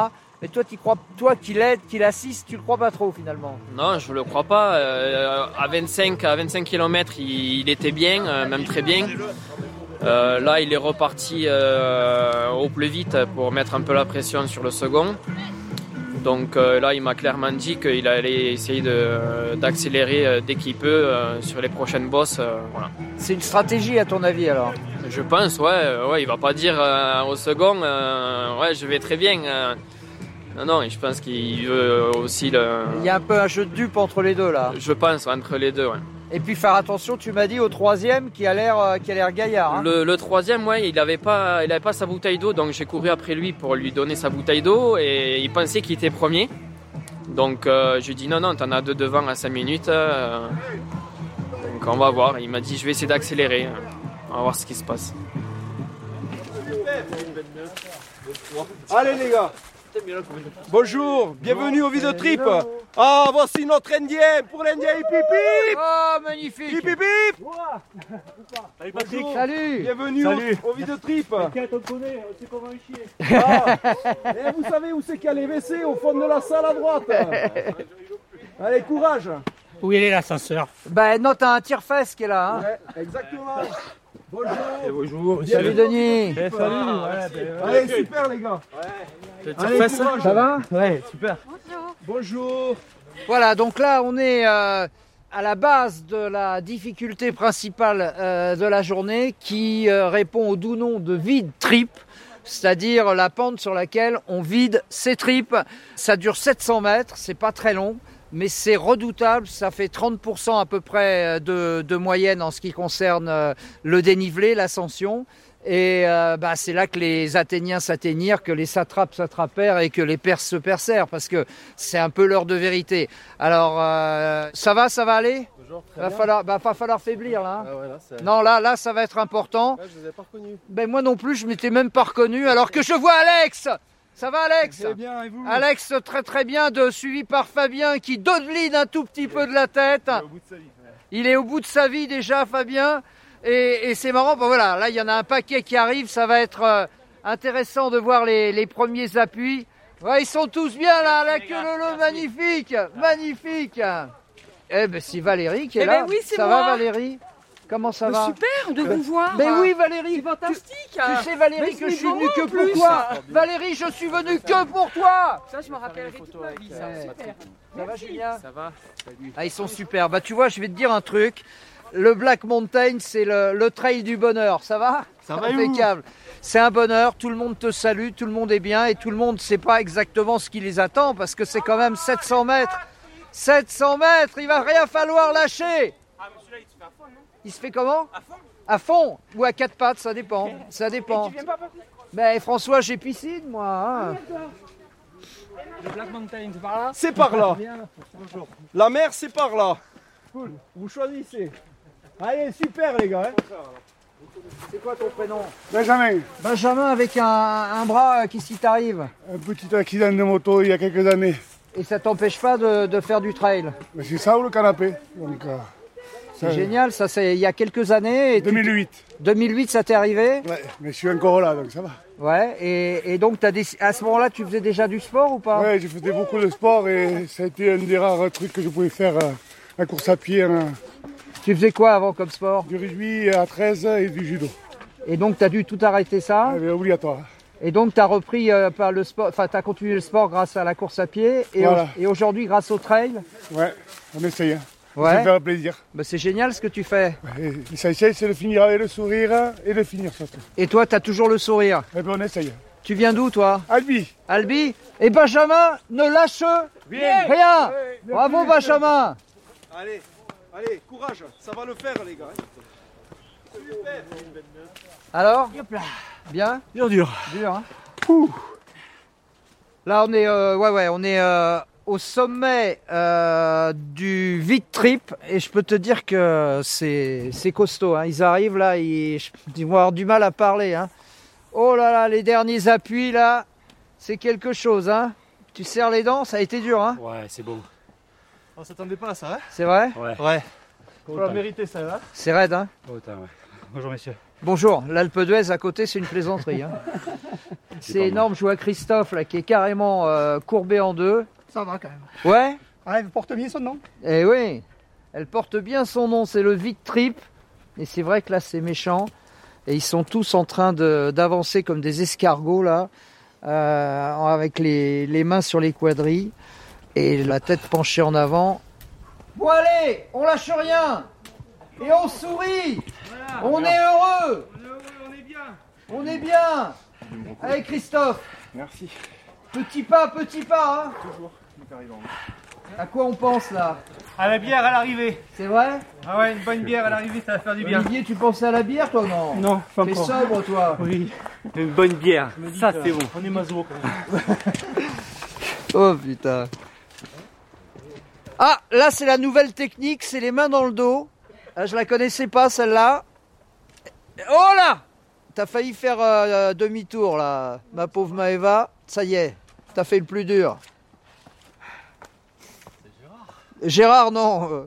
S2: Mais toi, tu crois, toi qui l'aide, qui l'assiste, tu le crois pas trop finalement.
S16: Non, je le crois pas. Euh, à 25, à 25 km, il, il était bien, euh, même très bien. Euh, là, il est reparti euh, au plus vite pour mettre un peu la pression sur le second. Donc euh, là, il m'a clairement dit qu'il allait essayer de- d'accélérer euh, dès qu'il peut euh, sur les prochaines bosses. euh, voilà.
S2: C'est une stratégie à ton avis alors
S16: Je pense, ouais, euh, ouais, il va pas dire euh, au second, euh, ouais, je vais très bien. euh. non, non, je pense qu'il veut aussi le.
S2: Il y a un peu un jeu de dupe entre les deux là.
S16: Je pense entre les deux. ouais.
S2: Et puis faire attention, tu m'as dit au troisième qui a l'air euh, qui a l'air gaillard. hein.
S16: Le, le troisième, ouais, il n'avait pas, il avait pas sa bouteille d'eau, donc j'ai couru après lui pour lui donner sa bouteille d'eau et il pensait qu'il était premier. Donc euh, je lui ai dit non, non, t'en as deux devant à 5 minutes. euh, donc on va voir. Il m'a dit je vais essayer d'accélérer. euh. On va voir ce qui se passe.
S22: Allez les gars Bonjour, bienvenue au Videotrip Ah, voici notre Indien pour l'Indien Hip Hip Hip
S2: Oh, magnifique
S22: Hip Hip Hip
S1: Salut
S22: Patrick
S2: Salut
S22: Bienvenue
S1: Salut.
S22: au, au Videotrip
S1: T'inquiète, on connaît, on sait comment il chie.
S22: Ah. Et vous savez où c'est qu'il y a les WC Au fond de la salle à droite Allez, courage
S1: Où il est l'ascenseur
S2: Ben non, t'as un tire-fesse qui est là. hein.
S22: Ouais, exactement Bonjour
S1: Bonjour.
S2: Salut Denis
S22: Allez, super les gars Allez, courage.
S2: Ça va
S1: Ouais, super.
S22: Bonjour
S2: Voilà, donc là on est euh, à la base de la difficulté principale euh, de la journée qui euh, répond au doux nom de vide trip, c'est-à-dire la pente sur laquelle on vide ses tripes. Ça dure 700 mètres, c'est pas très long. Mais c'est redoutable, ça fait 30% à peu près euh, de, de moyenne en ce qui concerne euh, le dénivelé, l'ascension. Et euh, bah, c'est là que les Athéniens s'atteignirent, que les satrapes s'attrapèrent et que les Perses se persèrent, parce que c'est un peu l'heure de vérité. Alors, euh, ça va, ça va aller
S7: très
S2: Va
S7: bien.
S2: falloir, bah, va falloir faiblir là. hein.
S7: Ah ouais, là, c'est-
S2: non, là, là, ça va être important.
S7: Ouais, je les ai pas reconnus.
S2: Ben, moi non plus, je m'étais même pas reconnu, alors que je vois Alex Ça va Alex
S7: Très bien, et vous
S2: Alex, très très bien, de, suivi par Fabien qui dodeline un tout petit peu de la tête. Il est au bout de sa vie déjà, Fabien. Et, et c'est marrant, ben voilà, là il y en a un paquet qui arrive, ça va être euh, intéressant de voir les, les premiers appuis. Ouais, ils sont tous bien là, la queue lolo, magnifique, magnifique. Eh ben c'est Valérie qui est
S10: Eh
S2: là.
S10: ben oui, c'est
S2: ça va
S10: moi.
S2: Valérie Comment ça
S10: Mais
S2: va Euh,
S10: super de vous voir.
S2: Mais oui Valérie,
S10: C'est fantastique.
S2: tu sais Valérie que je suis venu que pour toi Valérie je suis venu que pour toi
S10: Ça, je me rappellerai toute ma vie. Ça, super.
S2: Ça va Julien Ça va Ah, ils sont super. Bah, tu vois, je vais te dire un truc. Le Black Mountain, c'est le, le trail du bonheur. Ça va
S7: Ça va, et vous
S2: Impeccable. C'est un bonheur. Tout le monde te salue, tout le monde est bien et tout le monde ne sait pas exactement ce qui les attend parce que c'est quand même 700 mètres. 700 mètres, il va rien falloir lâcher. Ah, Il se fait comment À fond À fond ou à quatre pattes, ça dépend. Ça dépend. Mais François, j'ai piscine, moi. hein.
S7: Le Black Mountain, c'est par là
S22: C'est par là.
S7: Bien, Bonjour.
S22: La mer, c'est par là.
S7: Cool, vous choisissez. Allez, super les gars. hein.
S2: C'est quoi ton prénom
S7: Benjamin.
S2: Benjamin avec un, un bras, euh, qu'est-ce qui t'arrive
S7: Un petit accident de moto il y a quelques années.
S2: Et ça t'empêche pas de, de faire du trail
S7: Mais c'est ça ou le canapé Donc, euh,
S2: C'est
S7: ça-
S2: génial, ça c'est il y a quelques années. et tu-
S7: 2008.
S2: 2008, ça t'est arrivé
S7: Ouais, mais je suis encore là, donc ça va.
S2: Ouais, et, et donc t'as déc- à ce moment-là, tu faisais déjà du sport ou pas
S7: Ouais, j'ai fait beaucoup de sport et ça a été un des rares trucs que je pouvais faire, euh, la course à pied.
S2: Tu faisais quoi avant comme sport
S7: Du rugby à 13 et du judo. Ah,
S2: Et donc t'as dû tout arrêter ça
S7: Obligatoire.
S2: Et donc t'as repris euh, par le sport, enfin t'as continué le sport grâce à la course à pied et, au-
S7: Voilà.
S2: et aujourd'hui grâce au trail
S7: Ouais, on essaye. hein. On
S2: Ouais. Bah,
S7: se fait un plaisir.
S2: c'est génial ce que tu fais.
S7: L'essentiel, c'est de finir avec le sourire et de finir surtout.
S2: Et toi, t'as toujours le sourire
S7: Eh bien, on essaye.
S2: Tu viens d'où toi
S7: Albi.
S2: Albi Et Benjamin ne lâche rien. Bravo Benjamin
S22: Allez, allez, courage, ça va le faire les gars. hein.
S2: Alors Bien
S7: Dur, dur.
S2: Dur, hein Là, on est, euh, ouais, ouais, on est euh, au sommet euh, du vide trip et je peux te dire que c'est c'est costaud. hein. Ils arrivent là, ils, je- ils vont avoir du mal à parler. hein. Oh là là, les derniers appuis là, c'est quelque chose. hein. Tu serres les dents, ça a été dur. hein.
S14: Ouais, c'est beau. On s'attendait pas à ça, hein
S2: C'est vrai
S14: Ouais.
S2: Faut
S14: Faut
S2: la
S14: la mériter, ça, là.
S2: C'est raide. hein.
S14: Bonjour, messieurs.
S2: Bonjour, l'Alpe d'Huez à côté, c'est une plaisanterie. hein. C'est énorme, je vois Christophe là qui est carrément euh, courbé en deux.
S18: Ça va quand
S2: *laughs*
S18: même.
S2: Ouais
S18: Ah, elle porte bien son nom.
S2: Eh oui, elle porte bien son nom, c'est le Vite Trip. Et c'est vrai que là, c'est méchant. Et ils sont tous en train de- d'avancer comme des escargots, là, euh, avec les, les mains sur les quadrilles et la tête penchée en avant. Bon allez, on lâche rien et on sourit. on, est heureux. on est bien. On est bien. Allez Christophe. Merci. Petit pas, petit pas. Hein. Toujours. À quoi on pense là
S7: À la bière à l'arrivée.
S2: C'est vrai
S7: Ah ouais, une bonne bière à l'arrivée, ça va faire du bien.
S2: Olivier, tu pensais à la bière toi non
S7: Non, pas
S2: T'es
S7: encore.
S2: sobre toi
S7: Oui.
S14: Une bonne bière. Ça, c'est bon.
S7: On est maso quand même.
S2: *laughs* Oh putain. Ah, là c'est la nouvelle technique, c'est les mains dans le dos. Ah, je la connaissais pas celle-là. Oh là T'as failli faire euh, demi-tour là, ma pauvre Maeva. Ça y est, t'as fait le plus dur. Gérard, non. euh,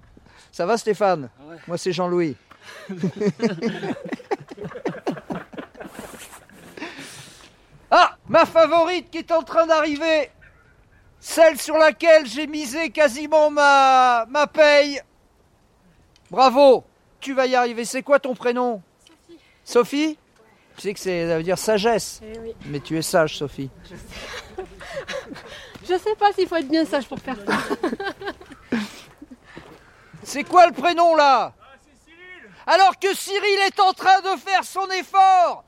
S2: Ça va Stéphane Moi c'est Jean-Louis. ah, ma favorite qui est en train d'arriver. Celle sur laquelle j'ai misé quasiment ma, ma paye. Bravo, tu vas y arriver. C'est quoi ton prénom Sophie. Sophie Tu sais que c'est- ça veut dire sagesse.
S11: Eh oui.
S2: Mais tu es sage, Sophie. *laughs*
S11: Je sais pas s'il faut être bien sage pour faire ça.
S2: C'est quoi le prénom là Alors que Cyril est en train de faire son effort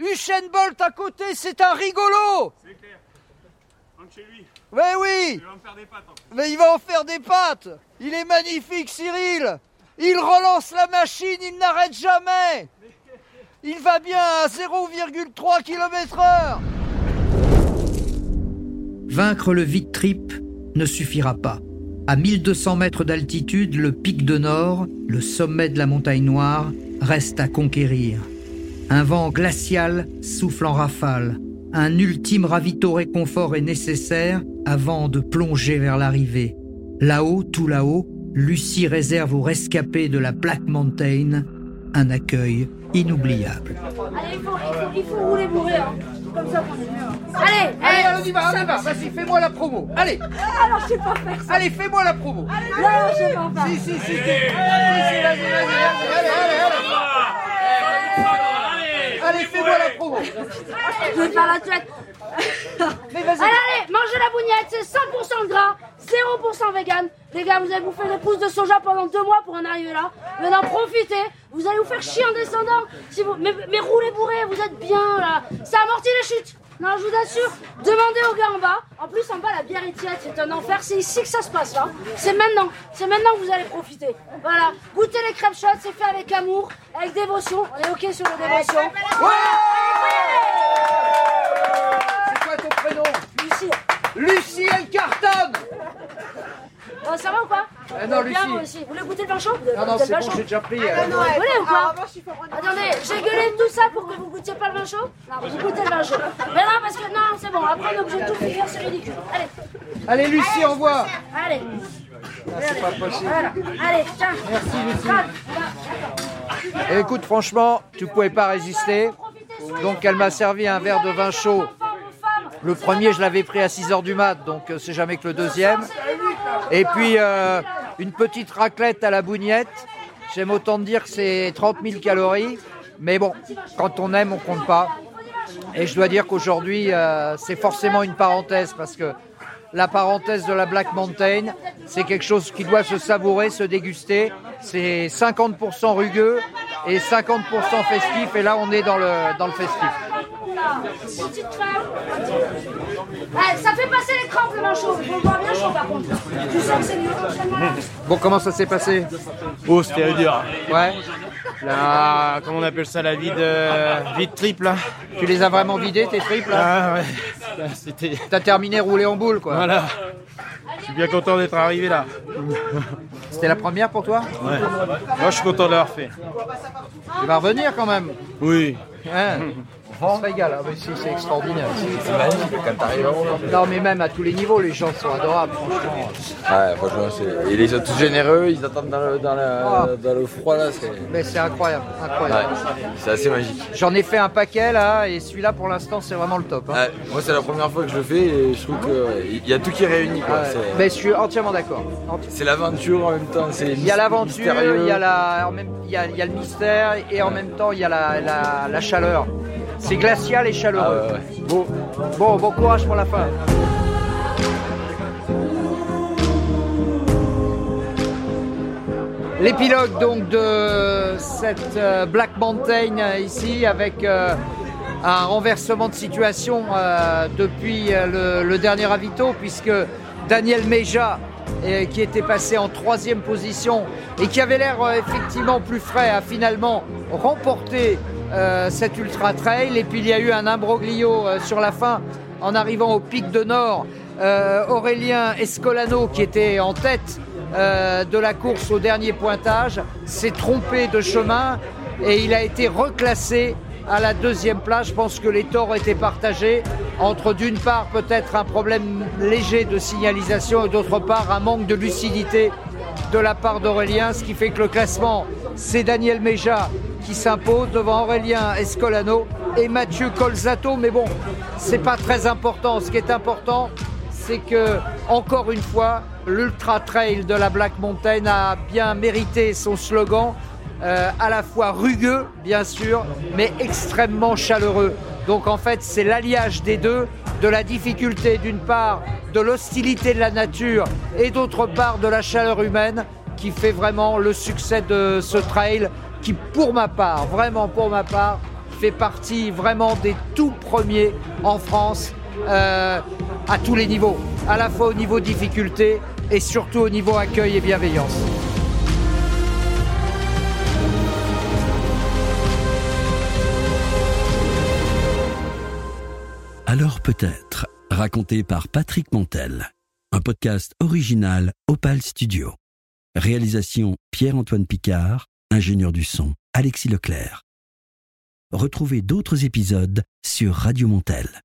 S2: Usain Bolt à côté, c'est un rigolo
S20: C'est clair. Rentre chez lui.
S2: Ouais, oui
S20: Il va me faire des pattes. en fait.
S2: Mais il va en faire des pattes Il est magnifique, Cyril Il relance la machine, il n'arrête jamais Il va bien à 0,3 km heure
S8: Vaincre le vide trip ne suffira pas. À 1200 mètres d'altitude, le pic de Nord, le sommet de la montagne noire, reste à conquérir. Un vent glacial souffle en rafale. Un ultime ravito réconfort est nécessaire avant de plonger vers l'arrivée. Là-haut, tout là-haut, Lucie réserve aux rescapés de la Black Mountain un accueil inoubliable.
S3: Allez, il faut, il faut, il faut rouler bourré. Hein. Comme ça, qu'on est mieux. hein.
S2: Allez, allez, on y va, on y va. Vas-y, fais-moi la promo. Allez.
S3: Alors, je sais pas faire ça.
S2: Allez, fais-moi la promo.
S3: Non, non, je sais pas faire.
S2: Si, si, si. si. Si, si, vas-y, vas-y, vas-y. Allez, allez, allez. Allez, fais-moi la promo.
S3: Je vais faire la tuette.
S2: Mais
S3: Allez, allez, mangez la bougnette, c'est 100% de gras, 0% vegan. Les gars, vous avez bouffé des pousses de soja pendant deux mois pour en arriver là. Maintenant, profitez. Vous allez vous faire chier en descendant. Si vous... mais, mais roulez bourré, vous êtes bien là. Ça amortit les chutes. Non, je vous assure, demandez aux gars en bas. En plus, en bas, la bière est tiède, c'est un enfer. C'est ici que ça se passe, là. C'est maintenant. C'est maintenant que vous allez profiter. Voilà. Goûtez les crêpes chaudes, c'est fait avec amour, avec dévotion. On est OK sur les dévotions.
S2: C'est quoi ton prénom
S3: Lucie.
S2: Lucie, elle cartonne.
S3: Bon, Oh, ça va ou pas
S2: Ah non,
S3: Vous êtes bien,
S2: Lucie.
S3: vous aussi. Vous voulez goûter le Ah, pain chaud
S2: Non, non, c'est bon, j'ai déjà pris. euh,
S3: vous voulez ou pas Attendez, j'ai gueulé tout ça pour que vous goûtiez pas le vin chaud Non, vous goûtez le vin chaud. Mais non, parce que non, c'est bon, après on est obligé de tout finir, c'est ridicule. Allez,
S2: Allez, Lucie, envoie.
S3: allez,
S2: Ah, C'est pas possible.
S3: voilà, allez, tiens. Merci,
S2: Et écoute, franchement, tu pouvais pas résister. Donc, elle m'a servi un verre de vin chaud. Le premier, je l'avais pris à 6 h du mat, donc euh, c'est jamais que le deuxième. Et puis, euh, une petite raclette à la bougnette. J'aime autant te dire que c'est 30 000 calories. Mais bon, quand on aime, on compte pas. Et je dois dire qu'aujourd'hui, euh, c'est forcément une parenthèse parce que la parenthèse de la Black Mountain, c'est quelque chose qui doit se savourer, se déguster. C'est 50% rugueux et 50% festif. Et là, on est dans le, dans le festif.
S3: Petite femme. Eh, ça fait passer les crampes le vin chaud, faut le boire bien chaud par contre. Tu sens que c'est mieux enchaînement là.
S2: Bon, comment ça s'est passé
S6: Oh, c'était dur.
S2: Ouais.
S6: La, comment on appelle ça, la vide, euh, vide triple là.
S2: hein. Tu les as vraiment vidés, tes triples
S6: Ah
S2: là
S6: ouais. Ça, C'était.
S2: T'as terminé roulé en boule, quoi.
S6: Voilà. Je suis bien content d'être arrivé là.
S2: C'était la première pour toi
S6: Ouais. Moi, je suis content de l'avoir fait.
S2: Tu vas revenir quand même.
S6: Oui.
S2: Hein on se régale, ah, mais si, c'est extraordinaire.
S9: C'est magnifique quand t'arrives en haut.
S2: Non, mais même à tous les niveaux, les gens sont adorables, franchement.
S9: Ouais, franchement, c'est... ils sont tous généreux, ils attendent dans le, dans le, dans le froid là. C'est...
S2: Ah. Mais c'est incroyable, incroyable.
S9: Ouais, c'est assez magique.
S2: J'en ai fait un paquet là, et celui-là pour l'instant, c'est vraiment le top. hein.
S9: Ouais, Ah, moi, c'est la première fois que je le fais et je trouve qu'il y a tout qui est réuni. Quoi.
S2: Ah Ouais.
S9: C'est...
S2: Mais je suis entièrement d'accord.
S9: c'est l'aventure en même temps. C'est
S2: Il y a l'aventure,
S9: mystérieux.
S2: il y a, la, en même- il y a- il y a le mystère et en même temps il y a la, la- la chaleur. C'est glacial et chaleureux.
S9: Ah
S2: Bon, bon, bon courage pour la fin. L'épilogue donc de cette euh, Black Mountain euh, ici avec euh, un renversement de situation euh, depuis euh, le, le dernier avito puisque Daniel Meja euh, qui était passé en troisième position et qui avait l'air euh, effectivement plus frais a finalement remporté euh, cet ultra trail et puis il y a eu un imbroglio euh, sur la fin en arrivant au pic de Nord euh, Aurélien Escolano qui était en tête euh, de la course au dernier pointage s'est trompé de chemin et il a été reclassé à la deuxième place. Je pense que les torts étaient partagés entre d'une part peut-être un problème léger de signalisation et d'autre part un manque de lucidité de la part d'Aurélien, ce qui fait que le classement, c'est Daniel Méja qui s'impose devant Aurélien Escolano et Mathieu Colzato. Mais bon, c'est pas très important. Ce qui est important, c'est que, encore une fois, l'Ultra Trail de la Black Mountain a bien mérité son slogan, euh, à la fois rugueux, bien sûr, mais extrêmement chaleureux. Donc en fait, c'est l'alliage des deux, de la difficulté d'une part, de l'hostilité de la nature et d'autre part de la chaleur humaine, qui fait vraiment le succès de ce trail qui, pour ma part, vraiment pour ma part, fait partie vraiment des tout premiers en France euh, à tous les niveaux, à la fois au niveau difficulté et surtout au niveau accueil et bienveillance.
S1: Alors peut-être, raconté par Patrick Montel, un podcast original Opal Studio. Réalisation Pierre-Antoine Picard, ingénieur du son Alexis Leclerc. Retrouvez d'autres épisodes sur Radio Montel.